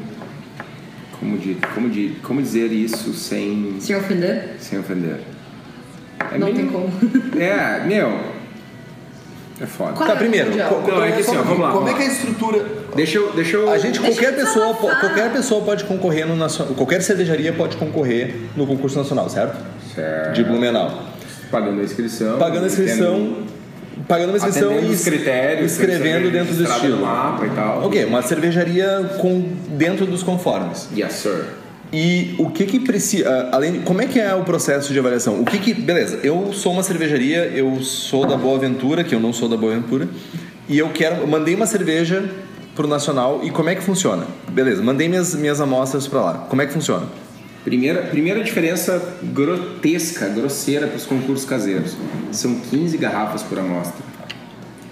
A: Como, di... Como, di... como dizer isso sem,
B: Se ofender?
A: sem ofender? É
B: não
A: meio-
B: tem como.
A: É, meu. É foda.
B: Qual-
C: tá,
B: é o
C: primeiro.
B: mundial?
C: co-
A: Não, é que assim, ó, vamos lá,
C: Como
A: vamos
C: é
A: lá.
C: que é a estrutura?
A: Deixa eu. Deixa eu...
C: A gente,
B: Deixa
C: qualquer
B: eu
C: pessoa, po-
B: desabafar.
C: qualquer pessoa pode concorrer no nacional. Qualquer cervejaria pode concorrer no concurso nacional, certo?
A: Certo.
C: De Blumenau.
A: Pagando a inscrição.
C: Pagando a inscrição.
A: tendo-
C: Pagando a inscrição
A: atendendo
C: e
A: os critérios.
C: escrevendo
A: cerveja
C: dentro do
A: registrada
C: estilo.
A: No mapa e tal.
C: Ok, uma cervejaria com, dentro dos conformes.
A: Yes, sir.
C: E o que que precisa, além, de- como é que é o processo de avaliação? O que que, beleza, eu sou uma cervejaria, eu sou da Boa Ventura, que eu não sou da Boa Ventura, e eu quero, eu mandei uma cerveja pro Nacional e como é que funciona? Beleza, mandei minhas minhas amostras para lá. Como é que funciona?
A: Primeira, primeira diferença grotesca, grosseira para os concursos caseiros. São 15 garrafas por amostra.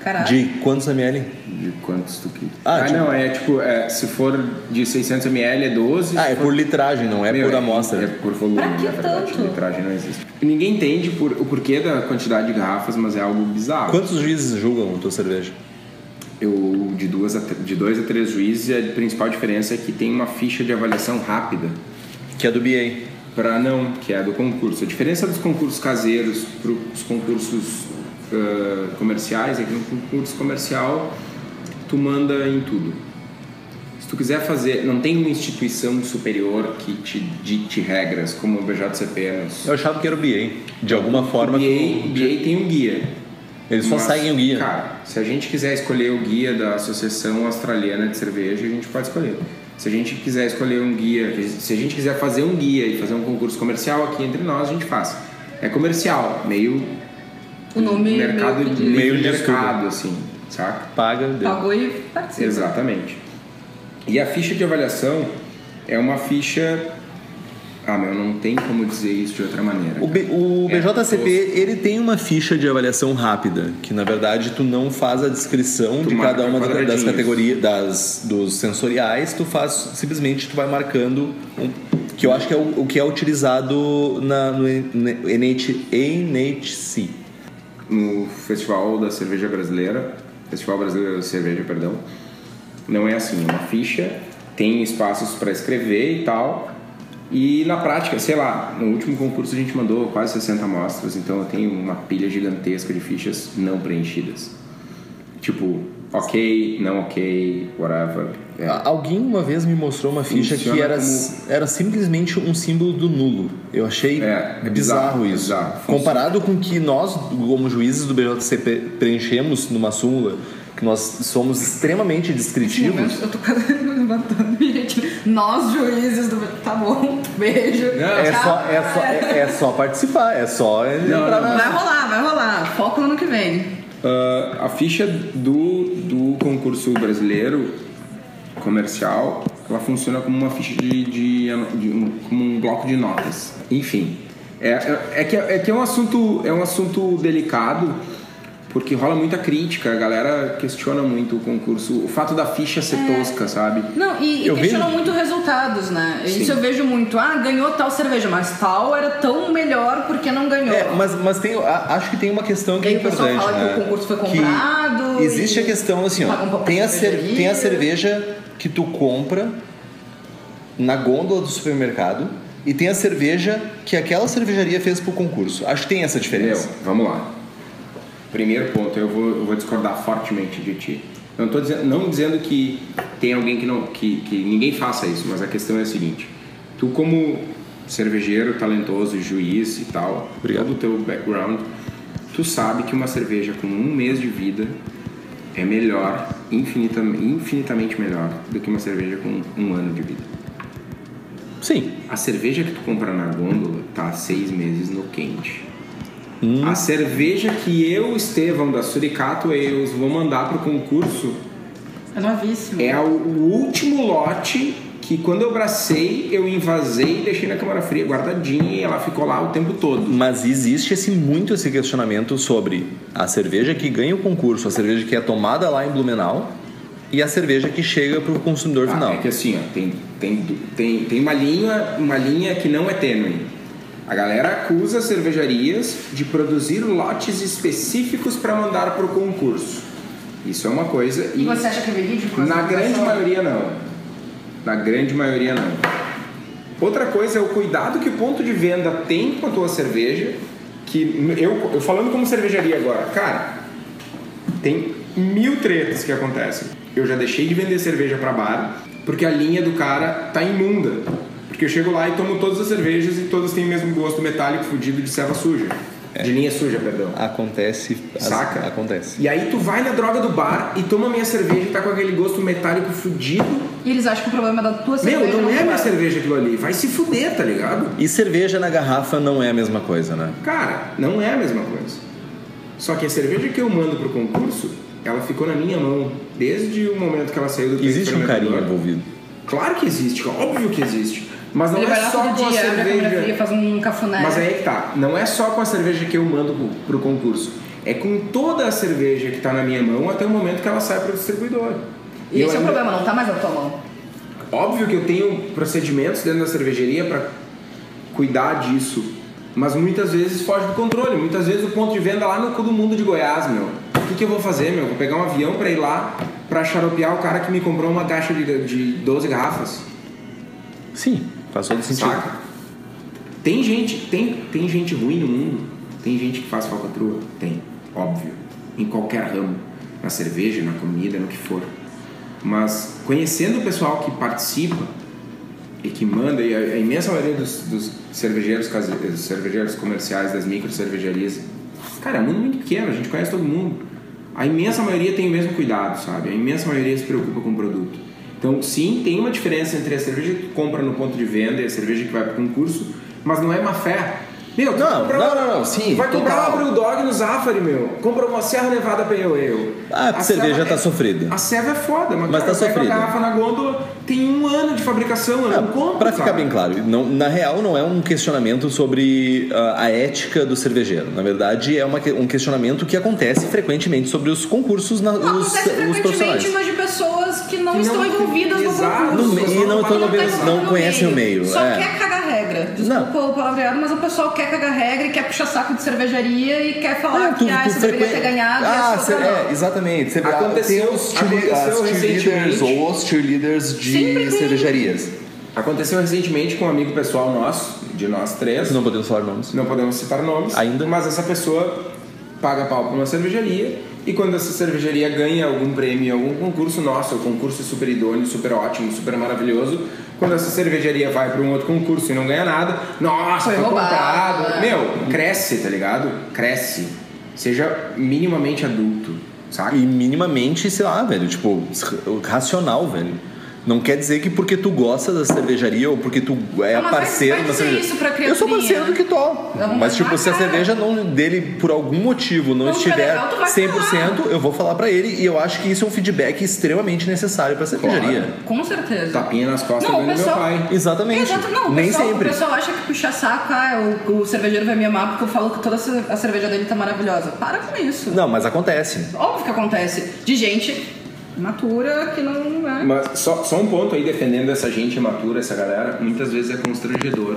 B: Caralho.
C: De quantos ml?
A: De quantos tu que...
C: Ah,
A: Ah,
C: tipo-
A: não, é tipo, é, se for de 600 ml é 12.
C: Ah,
A: se
C: é por litragem, não é
A: Meu,
C: por amostra.
A: É por volume,
B: Pra que
A: na verdade.
B: tanto?
A: Litragem não existe. Ninguém entende por- o porquê da quantidade de garrafas, mas é algo bizarro.
C: Quantos juízes julgam a tua cerveja?
A: Eu, de, duas a, tr- de dois a três juízes, a principal diferença é que tem uma ficha de avaliação rápida
C: Que é do BA.
A: para não, que é a do concurso. A diferença dos concursos caseiros para os concursos ah, comerciais é que no concurso comercial tu manda em tudo. Se tu quiser fazer, não tem uma instituição superior que te dite regras, como o BJCP nos
C: Eu achava que era o BA. De alguma forma.
A: BA, BA tem um guia.
C: Eles só
A: Mas,
C: seguem o guia.
A: Cara, se a gente quiser escolher o guia da Associação Australiana de Cerveja, a gente pode escolher. Se a gente quiser escolher um guia, se a gente quiser fazer um guia e fazer um concurso comercial aqui entre nós, a gente faz. É comercial, meio
B: O nome é
A: mercado
B: meio que
A: de
B: diz.
C: Meio
A: meio
C: de
A: mercado, assim, saca?
C: Paga. deu.
B: Pagou e participa.
A: Exatamente. E a ficha de avaliação é uma ficha. Ah, meu, não tem como dizer isso de outra maneira.
C: O, B- o
A: É,
C: BJCP, ele tem uma ficha de avaliação rápida, que na verdade tu não faz a descrição
A: Tu
C: de
A: marca
C: cada uma da- das
A: quadradinhos.
C: categorias, das, dos sensoriais, tu faz, simplesmente tu vai marcando, um- que eu acho que é o, o que é utilizado na, no NH, NHC.
A: no Festival da Cerveja Brasileira, Festival Brasileiro de Cerveja, perdão, não é assim, é uma ficha, tem espaços para escrever e tal. E na prática, sei lá, no último concurso a gente mandou quase 60 amostras, então eu tenho uma pilha gigantesca de fichas não preenchidas. Tipo, ok, não ok, whatever. É,
C: A- Alguém uma vez me mostrou uma ficha que
A: Funciona
C: era, era simplesmente um símbolo do nulo. Eu achei
A: É, é
C: bizarro,
A: bizarro,
C: isso.
A: bizarro. Funciona.
C: Comparado com o que nós, como juízes do BJCP, preenchemos numa súmula, que nós somos extremamente
B: Nesse momento,
C: descritivos.
B: Eu tô quase levantando direitinho. Nós, juízes do. Tá bom, beijo.
C: É
B: Tchau.
C: só, é, só, é, é só participar, é só entrar
A: Ah. não.
C: na-
B: Vai rolar, vai rolar. Foco no ano que vem.
A: Ah, a ficha do, do concurso brasileiro comercial, ela funciona como uma ficha de, de- de um, como um bloco de notas. Enfim, é, é, é que, é que é um assunto é um assunto delicado porque rola muita crítica, a galera questiona muito o concurso, o fato da ficha ser tosca, sabe?
B: Não, e,
C: Eu
B: e questionam
C: vejo-
B: muito resultados, né? Isso
A: Sim.
B: eu vejo muito. Ah, ganhou tal cerveja, mas tal era tão melhor porque não ganhou.
C: É, mas, mas tem, a- acho que tem uma questão que
B: E
C: é
B: aí o pessoal
C: importante.
B: fala que
C: né?
B: o concurso foi
C: Que
B: comprado
C: existe
B: e
C: a questão assim,
B: pagam
C: ó,
B: pra
C: tem a, cer-
B: cervejaria.
C: tem a cerveja que tu compra na gôndola do supermercado e tem a cerveja que aquela cervejaria fez pro concurso. Acho que tem essa
A: Meu,
C: diferença.
A: vamos lá. Primeiro ponto, eu vou, eu vou discordar fortemente de ti. Eu não tô dizendo, não dizendo que tem alguém que não que, que ninguém faça isso, mas a questão é a seguinte: tu como cervejeiro talentoso, juiz e tal,
C: Obrigado.
A: todo o teu background, tu sabe que uma cerveja com um mês de vida é melhor, infinita, infinitamente melhor do que uma cerveja com um ano de vida.
C: Sim.
A: A cerveja que tu compra na gôndola tá há seis meses no quente. A cerveja que eu, Estevão, da Suricato Ales, vou mandar pro concurso
B: É novíssimo.
A: é o último lote que quando eu bracei, eu invasei e deixei na câmara fria guardadinha e ela ficou lá o tempo todo.
C: Mas existe esse, muito esse questionamento sobre a cerveja que ganha o concurso, a cerveja que é tomada lá em Blumenau e a cerveja que chega pro consumidor
A: Ah,
C: final.
A: é que assim, ó, tem, tem, du- tem, tem uma, linha, uma linha que não é tênue. A galera acusa cervejarias de produzir lotes específicos para mandar pro concurso. Isso é uma coisa
B: E você acha que é verídico?
A: Na
B: Essa
A: grande
B: situação?
A: maioria não. Na grande maioria não. Outra coisa é o cuidado que o ponto de venda tem com a tua cerveja, que eu, eu falando como cervejaria agora, cara, tem mil tretas que acontecem. Eu já deixei de vender cerveja pra bar porque a linha do cara tá imunda. Porque eu chego lá e tomo todas as cervejas e todas têm o mesmo gosto metálico fudido de serva suja. De linha suja, perdão.
C: Acontece. as-
A: Saca?
C: Acontece.
A: E aí tu vai na droga do bar e toma minha cerveja e tá com aquele gosto metálico fudido
B: E eles acham que o problema é da tua cerveja.
A: Meu, não é
B: do
A: minha
B: cara.
A: cerveja aquilo ali. Vai se fuder, tá ligado?
C: E cerveja na garrafa não é a mesma coisa, né?
A: Cara, não é a mesma coisa. Só que a cerveja que eu mando pro concurso, ela ficou na minha mão desde o momento que ela saiu do
C: Existe um carinho
A: fermentador.
C: envolvido.
A: Claro que existe, óbvio que existe. Mas não
B: Ele vai
A: é
B: lá
A: só
B: todo
A: com a
B: dia, abre a
A: cerveja.
B: câmera fria, faz um cafuné.
A: Mas aí é que tá, não é só com a cerveja que eu mando pro, pro concurso, é com toda a cerveja que tá na minha mão até o momento que ela sai pro distribuidor.
B: E
A: Eu
B: esse é o
A: ainda-
B: problema, não tá mais na tua mão.
A: Óbvio que eu tenho procedimentos dentro da cervejaria para cuidar disso, mas muitas vezes foge do controle. Muitas vezes o ponto de venda lá no cu do mundo de Goiás, meu. O que, que eu vou fazer, meu? Vou pegar um avião para ir lá para xaropear o cara que me comprou uma caixa de, de 12 garrafas.
C: Sim, faz todo sentido.
A: Saca? Tem gente, tem, tem gente ruim no mundo. Tem gente que faz falcatrua. Tem, óbvio. Em qualquer ramo. Na cerveja, na comida, no que for. Mas conhecendo o pessoal que participa e que manda, e a, a imensa maioria dos, dos cervejeiros, case- dos cervejeiros comerciais, das micro cervejarias, cara, é um mundo muito pequeno, a gente conhece todo mundo. A imensa maioria tem o mesmo cuidado, sabe? A imensa maioria se preocupa com o produto. Então, sim, tem uma diferença entre a cerveja que tu compra no ponto de venda e a cerveja que vai pro concurso, mas não é má fé. Meu, tu
C: Não,
A: compra
C: não, não, não, sim,
A: Vai comprar
C: total.
A: uma Brew Dog no Zafari, meu. Compra uma Serra Nevada Pale Ale.
C: Ah, a cerveja
A: serva-
C: tá sofrida.
A: A serva é foda, mas,
C: Mas
A: cara,
C: tá
A: pega
C: sofrida.
A: a garrafa na gôndola tem um ano de fabricação, eu não compro,
C: Para É, ficar
A: sabe?
C: bem claro, não- na real não é um questionamento sobre ah, a ética do cervejeiro. Na verdade, é uma que- um questionamento que acontece frequentemente sobre os concursos, na,
B: Não,
C: os,
B: acontece
C: os profissionais.
B: frequentemente, mas de pessoas que não,
A: Que não-
B: estão envolvidas
A: Exato.
B: no
C: No
B: concurso.
C: me- e não estão
A: Não
C: envolvidos,
B: tá
C: não
B: envolvido no
C: conhecem o meio.
B: Só
C: é.
B: quer cagar regra. Desculpa o palavreado, mas o pessoal quer cagar regra e quer puxar saco de cervejaria e quer falar
C: Ah,
B: que ah, você deveria
C: frequen-
B: ter ganhado e
C: Ah,
B: essa
C: cê-
B: outra não.
C: é, exatamente. Você-
A: Aconteceu-
C: tem os cheerle-
A: aconteceu
C: as cheerleaders
A: recentemente.
C: ou os cheerleaders
B: Sempre tem.
C: de cervejarias.
A: Aconteceu recentemente com um amigo pessoal nosso, de nós três.
C: Não podemos falar nomes.
A: Não podemos citar nomes.
C: Ainda.
A: Mas essa pessoa paga pau pra uma cervejaria e quando essa cervejaria ganha algum prêmio em algum concurso nosso, o concurso é super idôneo, super ótimo, super maravilhoso, quando essa cervejaria vai pra um outro concurso e não ganha nada, nossa,
B: Foi
A: foi
B: roubado,
A: comprado.
B: é.
A: Meu, cresce, tá ligado? Cresce. Seja minimamente adulto, saca?
C: E minimamente, sei lá, velho, tipo, racional, velho. Não quer dizer que porque tu gosta da cervejaria ou porque tu é
B: Ah, mas vai-
C: parceiro
B: vai
C: da
B: dizer
C: cerveja.
B: isso pra
C: eu sou
B: criaturinha,
C: parceiro do
B: né?
C: Kitó.
B: Vamos
C: Mas tipo,
B: lá,
C: se a
B: cara.
C: cerveja não dele por algum motivo não
B: Não tiver
C: estiver
B: legal, tu vai
C: 100%,
B: falar.
C: eu vou falar pra ele e eu acho que isso é um feedback extremamente necessário pra cervejaria.
A: Claro.
B: Com certeza.
A: Tapinha nas costas
B: Não,
A: do
B: o
A: meu
B: pessoal-
A: pai.
C: Exatamente.
B: Exato, não, o
C: Nem
B: pessoal,
C: sempre.
B: O pessoal acha que puxar saco, ah, o, o cervejeiro vai me amar porque eu falo que toda a cerveja dele tá maravilhosa. Para com isso.
C: Não, mas acontece.
B: Óbvio que acontece. De gente matura que não é.
A: Mas só, só um ponto aí defendendo essa gente imatura, essa galera, muitas vezes é constrangedor.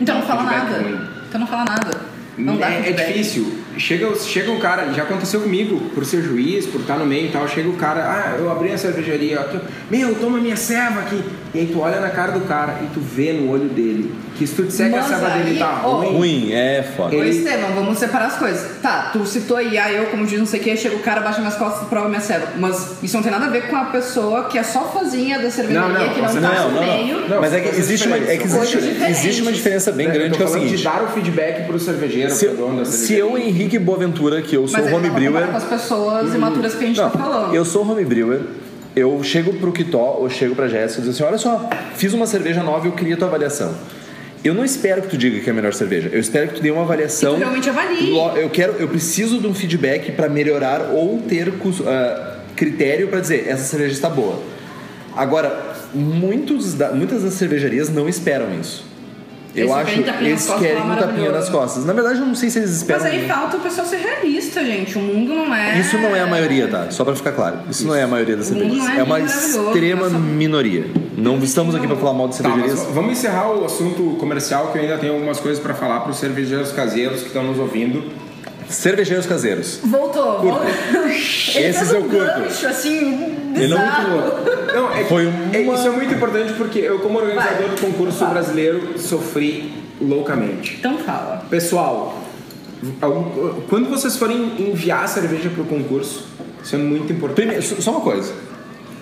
B: Então não fala
A: feedback
B: nada.
A: ruim.
B: Então não fala nada. Não dá
A: é, é
B: feedback.
A: difícil. Chega, chega um cara, já aconteceu comigo, por ser juiz, por estar no meio e tal, chega o cara, ah, eu abri a cervejaria, ó, tu- meu, toma minha serva aqui. E aí tu olha na cara do cara e tu vê no olho dele que se tu disser que a
B: Mas
A: serva dele
B: aí,
A: tá
B: ó,
A: ruim,
C: Ruim, é foda.
B: Ô,
A: Ele-
B: Estevam, vamos separar as coisas. Tá, tu citou aí, ah, eu, como diz não sei o que, chega o cara, baixa minhas costas, prova minha ceva. Mas isso não tem nada a ver com a pessoa que é só fozinha da cervejaria,
A: Não, não,
B: que não
A: você-
B: tá
C: Não,
B: no
C: não,
B: meio.
C: não. Mas é que
A: Coisas
C: existe uma, é que
A: diferentes,
C: existe,
B: coisas diferentes.
C: existe uma diferença bem
A: né? Eu
C: grande
A: tô
C: que é o
A: falando
C: seguinte.
A: de dar o feedback pro cervejeiro,
C: Se,
A: pro dono da
C: se
A: cervejaria.
C: eu, Henrique Boaventura, que eu sou
B: Mas é que dá pra
C: homebrewer.
B: comparar com as pessoas imaturas que a gente tá falando.
C: eu sou homebrewer. Eu chego pro Kitó, ou chego pra Jéssica e digo assim: olha só, fiz uma cerveja nova e eu queria tua avaliação. Eu não espero que tu diga que é a melhor cerveja. Eu espero que tu dê uma avaliação.
B: Que tu realmente avalie.
C: Lo- Eu quero, eu preciso de um feedback pra melhorar ou ter cus- ah, critério pra dizer essa cerveja está boa. Agora, muitos da- muitas das cervejarias não esperam isso. Eu
B: Eles
C: acho
B: querem tapinha nas
C: eles
B: costas,
C: querem
B: falar
C: um tapinha nas
B: maravilhoso.
C: costas. Na verdade, eu não sei se eles esperam.
B: Mas aí
C: muito.
B: falta o pessoal ser realista, gente. O mundo não é.
C: Isso não é a maioria, tá? Só pra ficar claro. Isso, não é a maioria das
B: O mundo
C: cervejarias.
B: não é
C: É uma
B: maravilhoso,
C: extrema
B: nossa.
C: minoria. Não estamos aqui pra falar mal de
A: Tá, mas
C: cervejarias.
A: vamos encerrar o assunto comercial que eu ainda tenho algumas coisas pra falar pros cervejeiros caseiros que estão nos ouvindo.
C: Cervejeiros caseiros.
B: Voltou, voltou. Ele
C: Esses
B: fez
C: eu
B: um
C: é curto.
B: gancho, assim,
C: Ele é muito
B: bizarro.
A: Não, é, que-
C: Foi uma-
A: é- isso é muito importante porque eu, como organizador
B: Vai.
A: do concurso
B: Fala.
A: brasileiro, sofri loucamente.
B: Então fala.
A: Pessoal, algum- quando vocês forem enviar a cerveja pro concurso, isso é muito importante.
C: Primeiro, só só uma coisa.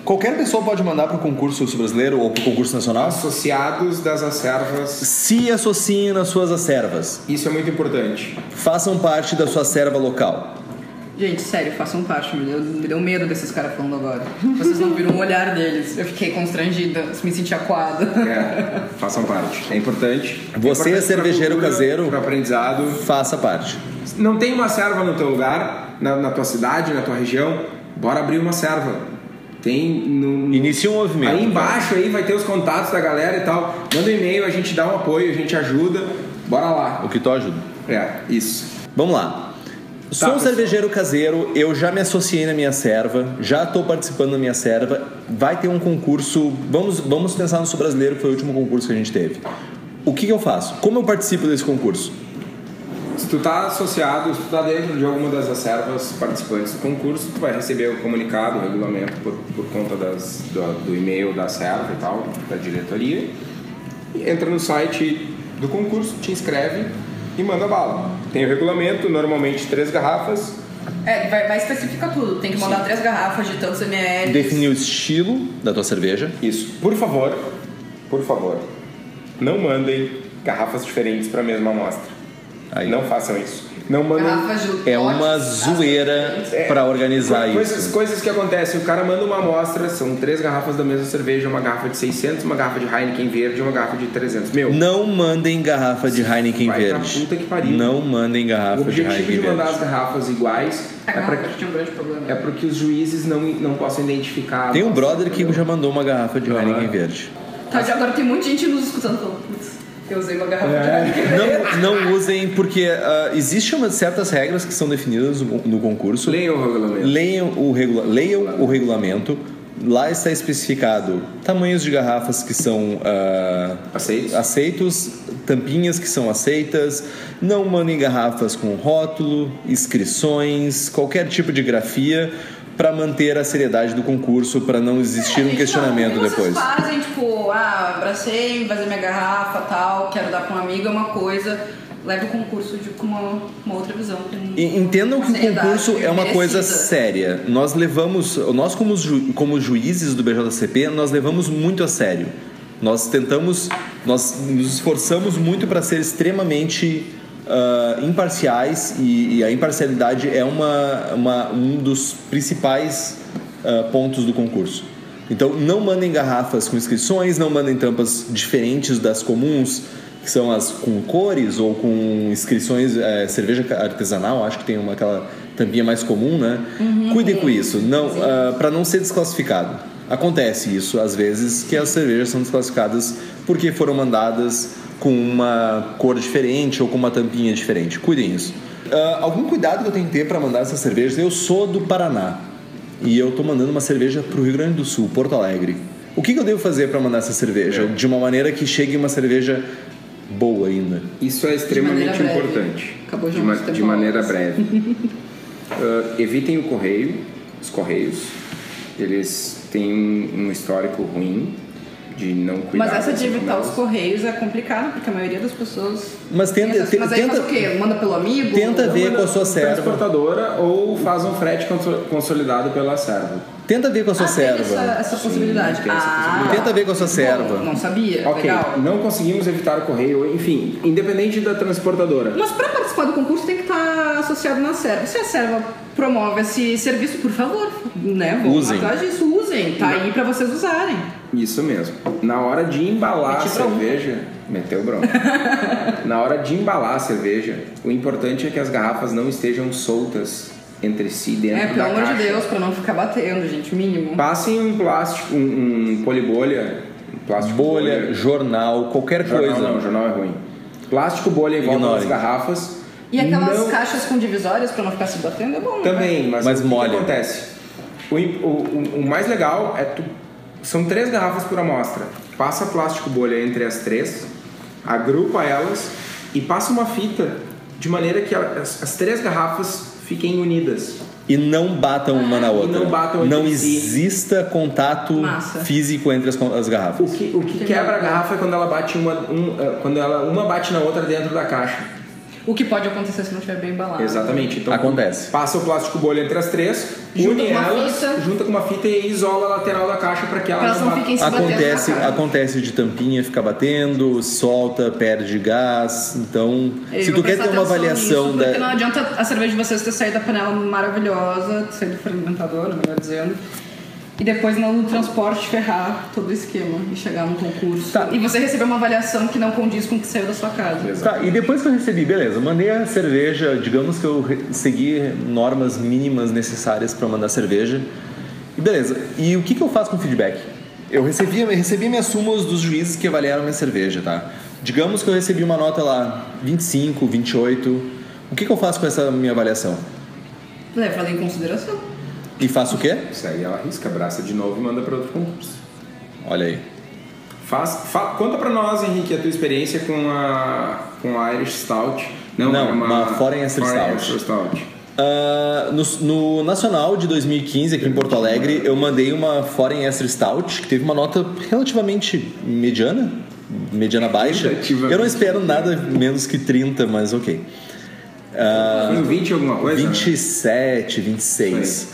C: Qualquer pessoa pode mandar pro concurso brasileiro ou pro concurso nacional?
A: Associados das acervas,
C: Se associem nas suas acervas.
A: isso é muito importante.
C: Façam parte da sua serva local.
B: Gente, sério, façam parte, me deu, me deu medo desses caras falando agora. Vocês não viram o olhar deles. Eu fiquei constrangida, me senti acuada.
A: É, façam parte. É importante.
C: Você
A: é
C: é cervejeiro caseiro?
A: Para aprendizado.
C: Faça parte.
A: Não tem uma serva no teu lugar, na, na tua cidade, na tua região? Bora abrir uma serva. Tem no, no-
C: Inicia um movimento.
A: Aí embaixo aí vai ter os contatos da galera e tal. Manda um e-mail, a gente dá um apoio, a gente ajuda. Bora lá.
C: O que tu ajuda.
A: É, isso.
C: Vamos lá. Sou um
A: pessoal.
C: cervejeiro caseiro, eu já me associei na minha serva, já estou participando da minha serva. Vai ter um concurso. Vamos, vamos pensar no Sul Brasileiro, que foi o último concurso que a gente teve. O que, que eu faço? Como eu participo desse concurso?
A: Se tu tá associado, se tu tá dentro de alguma das reservas participantes do concurso, tu vai receber o comunicado, o regulamento por, por conta das, do, do e-mail da serva e tal, da diretoria. E Entra no site do concurso, te inscreve e manda bala. Tem o regulamento, normalmente três garrafas.
B: É, vai, vai especificar tudo. Tem que mandar três garrafas de tantos ml.
C: Definir o estilo da tua cerveja.
A: Isso. Por favor, por favor, não mandem garrafas diferentes para a mesma amostra.
C: Aí.
A: Não façam isso. Não mandem.
B: Garrafas de
C: É
B: potes,
C: uma
B: tá?
C: zoeira
A: É,
C: para organizar
A: coisas,
C: isso.
A: Coisas que acontecem, o cara manda uma amostra, são três garrafas da mesma cerveja, uma garrafa de 600, uma garrafa de Heineken verde e uma garrafa de 300. Meu,
C: Não mandem garrafa de Heineken
A: Vai pra
C: verde.
A: puta que pariu.
C: Não mandem
A: o
C: garrafa de
A: objetivo
C: Heineken
A: de mandar
C: verde.
A: as garrafas iguais
B: A
A: é
B: garrafa
A: para
B: tinha um grande problema.
A: é pra que os juízes não, não possam identificar. a
C: Tem um
A: amostra,
C: brother que
A: entendeu?
C: já mandou uma garrafa de
A: Aham.
C: Heineken verde.
B: Tá, de agora tem muita gente nos escutando falando, "Putz, eu usei uma garrafa
C: É.
B: de Heineken.
C: Não, não usem, porque ah, existem umas certas regras que são definidas no, no concurso.
A: Leiam o regulamento.
C: Leiam o, regula leiam o regulamento. Lá está especificado tamanhos de garrafas que são ah,
A: Aceitos?
C: aceitos, tampinhas que são aceitas, não mandem garrafas com rótulo, inscrições, qualquer tipo de grafia para manter a seriedade do concurso, para não existir um
B: Gente, tá,
C: questionamento
B: não, o que
C: depois.
B: Vocês fazem, tipo, ah, abracei, vazei minha garrafa, tal, quero dar pra um amigo, é uma coisa. Leve o concurso de, com uma, uma outra visão. com-
C: E Entendam que
B: com
C: o concurso
B: seriedade,
C: é uma coisa
B: merecida.
C: séria. Nós levamos, nós como, ju- como juízes do BJCP, nós levamos muito a sério. Nós tentamos, nós nos esforçamos muito para ser extremamente ah, imparciais e, e a imparcialidade é uma, uma- um dos principais ah, pontos do concurso. Então não mandem garrafas com inscrições, não mandem tampas diferentes das comuns que são as com cores ou com inscrições é, cerveja artesanal acho que tem uma aquela tampinha mais comum né cuidem com isso não para não ser desclassificado acontece isso às vezes que as cervejas são desclassificadas porque foram mandadas com uma cor diferente ou com uma tampinha diferente cuidem isso Ah, algum cuidado que eu tenho que ter para mandar essas cervejas eu sou do Paraná e eu tô mandando uma cerveja pro Rio Grande do Sul, Porto Alegre. O que, que eu devo fazer para mandar essa cerveja? De uma maneira que chegue uma cerveja boa ainda.
A: Isso é extremamente
B: De maneira breve.
A: importante.
B: Acabou tá
A: de,
B: já
A: ma-
B: nosso tempo.
A: de maneira breve. Ah, evitem o correio, os correios. Eles têm um, um histórico ruim de não cuidar.
B: Mas essa
A: das
B: de evitar os
A: encomendas.
B: correios é complicado, porque a maioria das pessoas.
C: Mas
B: tem
C: tenta-
B: essas-
C: te-
B: mas aí
C: tenta-
B: faz o quê? Manda pelo amigo?
C: Tenta ver com a sua serva.
A: transportadora ou faz um frete conso- consolidado pela serva.
C: Tenta ver com a sua
B: Ah, tem
C: serva.
B: Essa, essa
A: Sim,
B: possibilidade.
A: tem essa
B: Ah,
A: possibilidade.
C: Tenta ver com a sua
B: bom,
C: serva.
B: Não sabia.
A: Ok,
B: É Legal.
A: não conseguimos evitar o correio, enfim, independente da transportadora.
B: Mas para participar do concurso tem que estar associado na serva. Se a serva promove esse serviço, por favor, né? Vão
C: Usem.
B: Atrás disso, usem. Tá aí para vocês usarem.
A: Isso mesmo. Na hora de embalar a
B: Meti bronca.
A: cerveja, meteu bronca. Na hora de embalar a cerveja, o importante é que as garrafas não estejam soltas entre si dentro
B: É,
A: da
B: pelo
A: caixa.
B: amor de Deus, para não ficar batendo, gente, mínimo.
A: Passem um plástico, um, um polibolha, um plástico
C: Bolha, jornal, qualquer
A: jornal
C: coisa.
A: não, jornal é ruim. Plástico bolha em volta das
C: Ignorem.
A: garrafas.
B: E aquelas
A: não...
B: caixas com divisórias para não ficar se batendo é bom. né?
A: Também, mas,
C: Mas
A: o que
C: molha.
A: que acontece? O, im- o- o- o mais legal é tu. São três garrafas por amostra. Passa plástico bolha entre as três, agrupa elas e passa uma fita de maneira que ela- as, as três garrafas fiquem unidas.
C: E não batam uma na outra.
A: não batam
C: Não
A: entre si.
C: exista contato
B: Massa.
C: físico entre as, con- as
A: O
C: garrafas.
A: que, o que quebra a garrafa é quando ela bate uma, um, eh, quando ela, uma bate na outra dentro da caixa.
B: O que pode acontecer se não estiver bem embalado.
A: Exatamente. Então,
C: Acontece.
A: Passa o plástico bolha entre as três,
B: Junta
A: une
B: com uma
A: elas,
B: fita.
A: junta com uma fita e isola a lateral da caixa para que ela
B: Pra elas não
A: bata-
B: fiquem se
C: Acontece,
B: batendo na cara.
C: acontece de tampinha ficar batendo, solta, perde gás. Então,
B: Eu
C: se
B: vou
C: tu quer
B: prestar
C: ter uma
B: atenção
C: avaliação
B: nisso,
C: da.
B: Porque não adianta a cerveja de vocês ter saído da panela maravilhosa, ter saído do fermentador, melhor dizendo. E depois no transporte ferrar todo o esquema e chegar num concurso.
C: Tá.
B: E você receber uma avaliação que não condiz com o que saiu da sua casa.
C: Tá, e depois que eu recebi, beleza, mandei a cerveja, digamos que eu re- segui normas mínimas necessárias para mandar cerveja. E beleza, e o que, que eu faço com o feedback? Eu recebi, eu recebi minhas súmulas dos juízes que avaliaram minha cerveja, tá? Digamos que eu recebi uma nota lá 25, 28. O que, que eu faço com essa minha avaliação?
B: Leva ela em consideração.
C: E faço o quê?
A: Isso aí ela risca, abraça de novo e manda para outro concurso.
C: Olha aí.
A: Faz, fa- conta para nós, Henrique, a tua experiência com a, com a Irish Stout.
C: Não,
A: é
C: uma Foreign Astor
A: Foreign
C: Stout.
A: Astor Stout.
C: Ah, no, no Nacional de 2015, aqui em Porto Alegre, eu mandei uma Foreign Extra Stout, que teve uma nota relativamente mediana, mediana baixa.
A: Relativamente.
C: Eu não espero nada menos que 30, mas ok.
A: Foi
C: Ah,
A: um 20 alguma coisa? né?
C: 27, 26.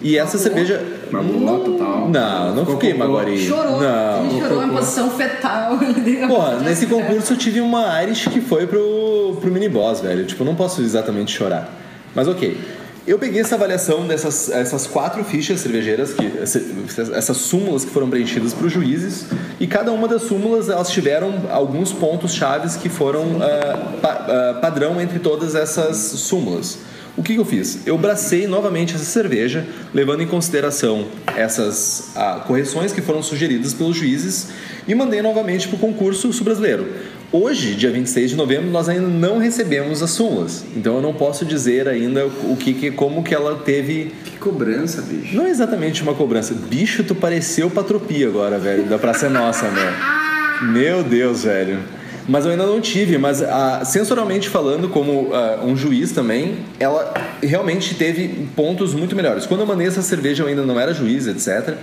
C: E essa cerveja.
A: Magoou total.
C: Não, não
A: Ficou
C: fiquei
A: com dor.
C: magoaria.
B: Chorou,
C: Não.
B: ele chorou em posição fetal. É.
C: Porra, nesse concurso eu tive uma Irish que foi pro, pro mini boss, velho. Tipo, eu não posso exatamente chorar. Mas ok. Eu peguei essa avaliação dessas essas quatro fichas cervejeiras, que, essas, essas súmulas que foram preenchidas para os juízes, e cada uma das súmulas elas tiveram alguns pontos chaves que foram ah, pa- ah, padrão entre todas essas súmulas. O que, que eu fiz? Eu bracei novamente essa cerveja, levando em consideração essas ah, correções que foram sugeridas pelos juízes e mandei novamente para o concurso sul-brasileiro. Hoje, dia 26 de novembro, nós ainda não recebemos as súmulas, então eu não posso dizer ainda o que, que como que ela teve.
A: Que cobrança, bicho.
C: Não é exatamente uma cobrança. Bicho, tu pareceu Patropi agora, velho, da Praça é Nossa, meu. Meu Deus, velho. Mas eu ainda não tive, mas ah, sensorialmente falando, como ah, um juiz também, ela realmente teve pontos muito melhores. Quando eu mandei essa cerveja, eu ainda não era juiz, etc.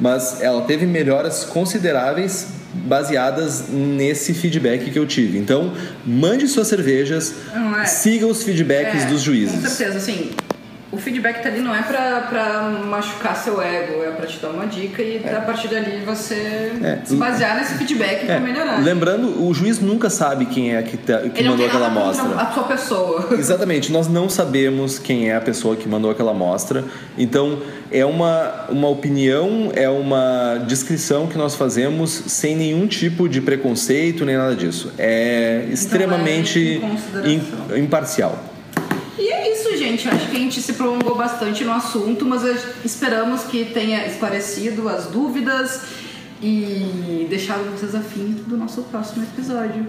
C: Mas ela teve melhoras consideráveis baseadas nesse feedback que eu tive. Então, mande suas cervejas,
B: Não é?
C: siga os feedbacks
B: É,
C: dos
B: Com
C: juízes.
B: certeza, assim, o feedback tá ali não é pra, pra machucar seu ego, é pra te dar uma dica e a partir dali você
C: É.
B: se basear nesse feedback pra É melhorar.
C: Lembrando, o juiz nunca sabe quem é que, tá- que
B: Ele não
C: mandou
B: tem
C: aquela
B: nada
C: amostra.
B: contra a sua pessoa.
C: Exatamente, nós não sabemos quem é a pessoa que mandou aquela amostra, então é uma, uma opinião, é uma descrição que nós fazemos sem nenhum tipo de preconceito nem nada disso. É extremamente
B: Então, consideração.
C: im- imparcial.
B: E é isso, gente. Eu Acho que a gente se prolongou bastante no assunto, mas eu esperamos que tenha esclarecido as dúvidas e deixado vocês afim do nosso próximo episódio.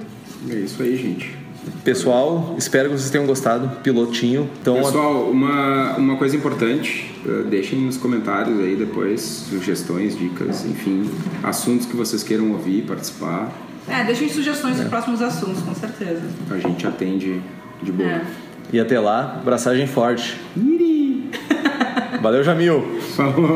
A: É isso aí, gente.
C: Pessoal, espero que vocês tenham gostado, pilotinho. Então,
A: Pessoal, uma, uma coisa importante, eh, deixem nos comentários aí depois sugestões, dicas, enfim, assuntos que vocês queiram ouvir, participar.
B: É, deixem sugestões dos próximos assuntos, com certeza.
A: A gente atende de boa.
B: É.
C: e até lá, abraçagem forte. Valeu, Jamil!
A: Falou!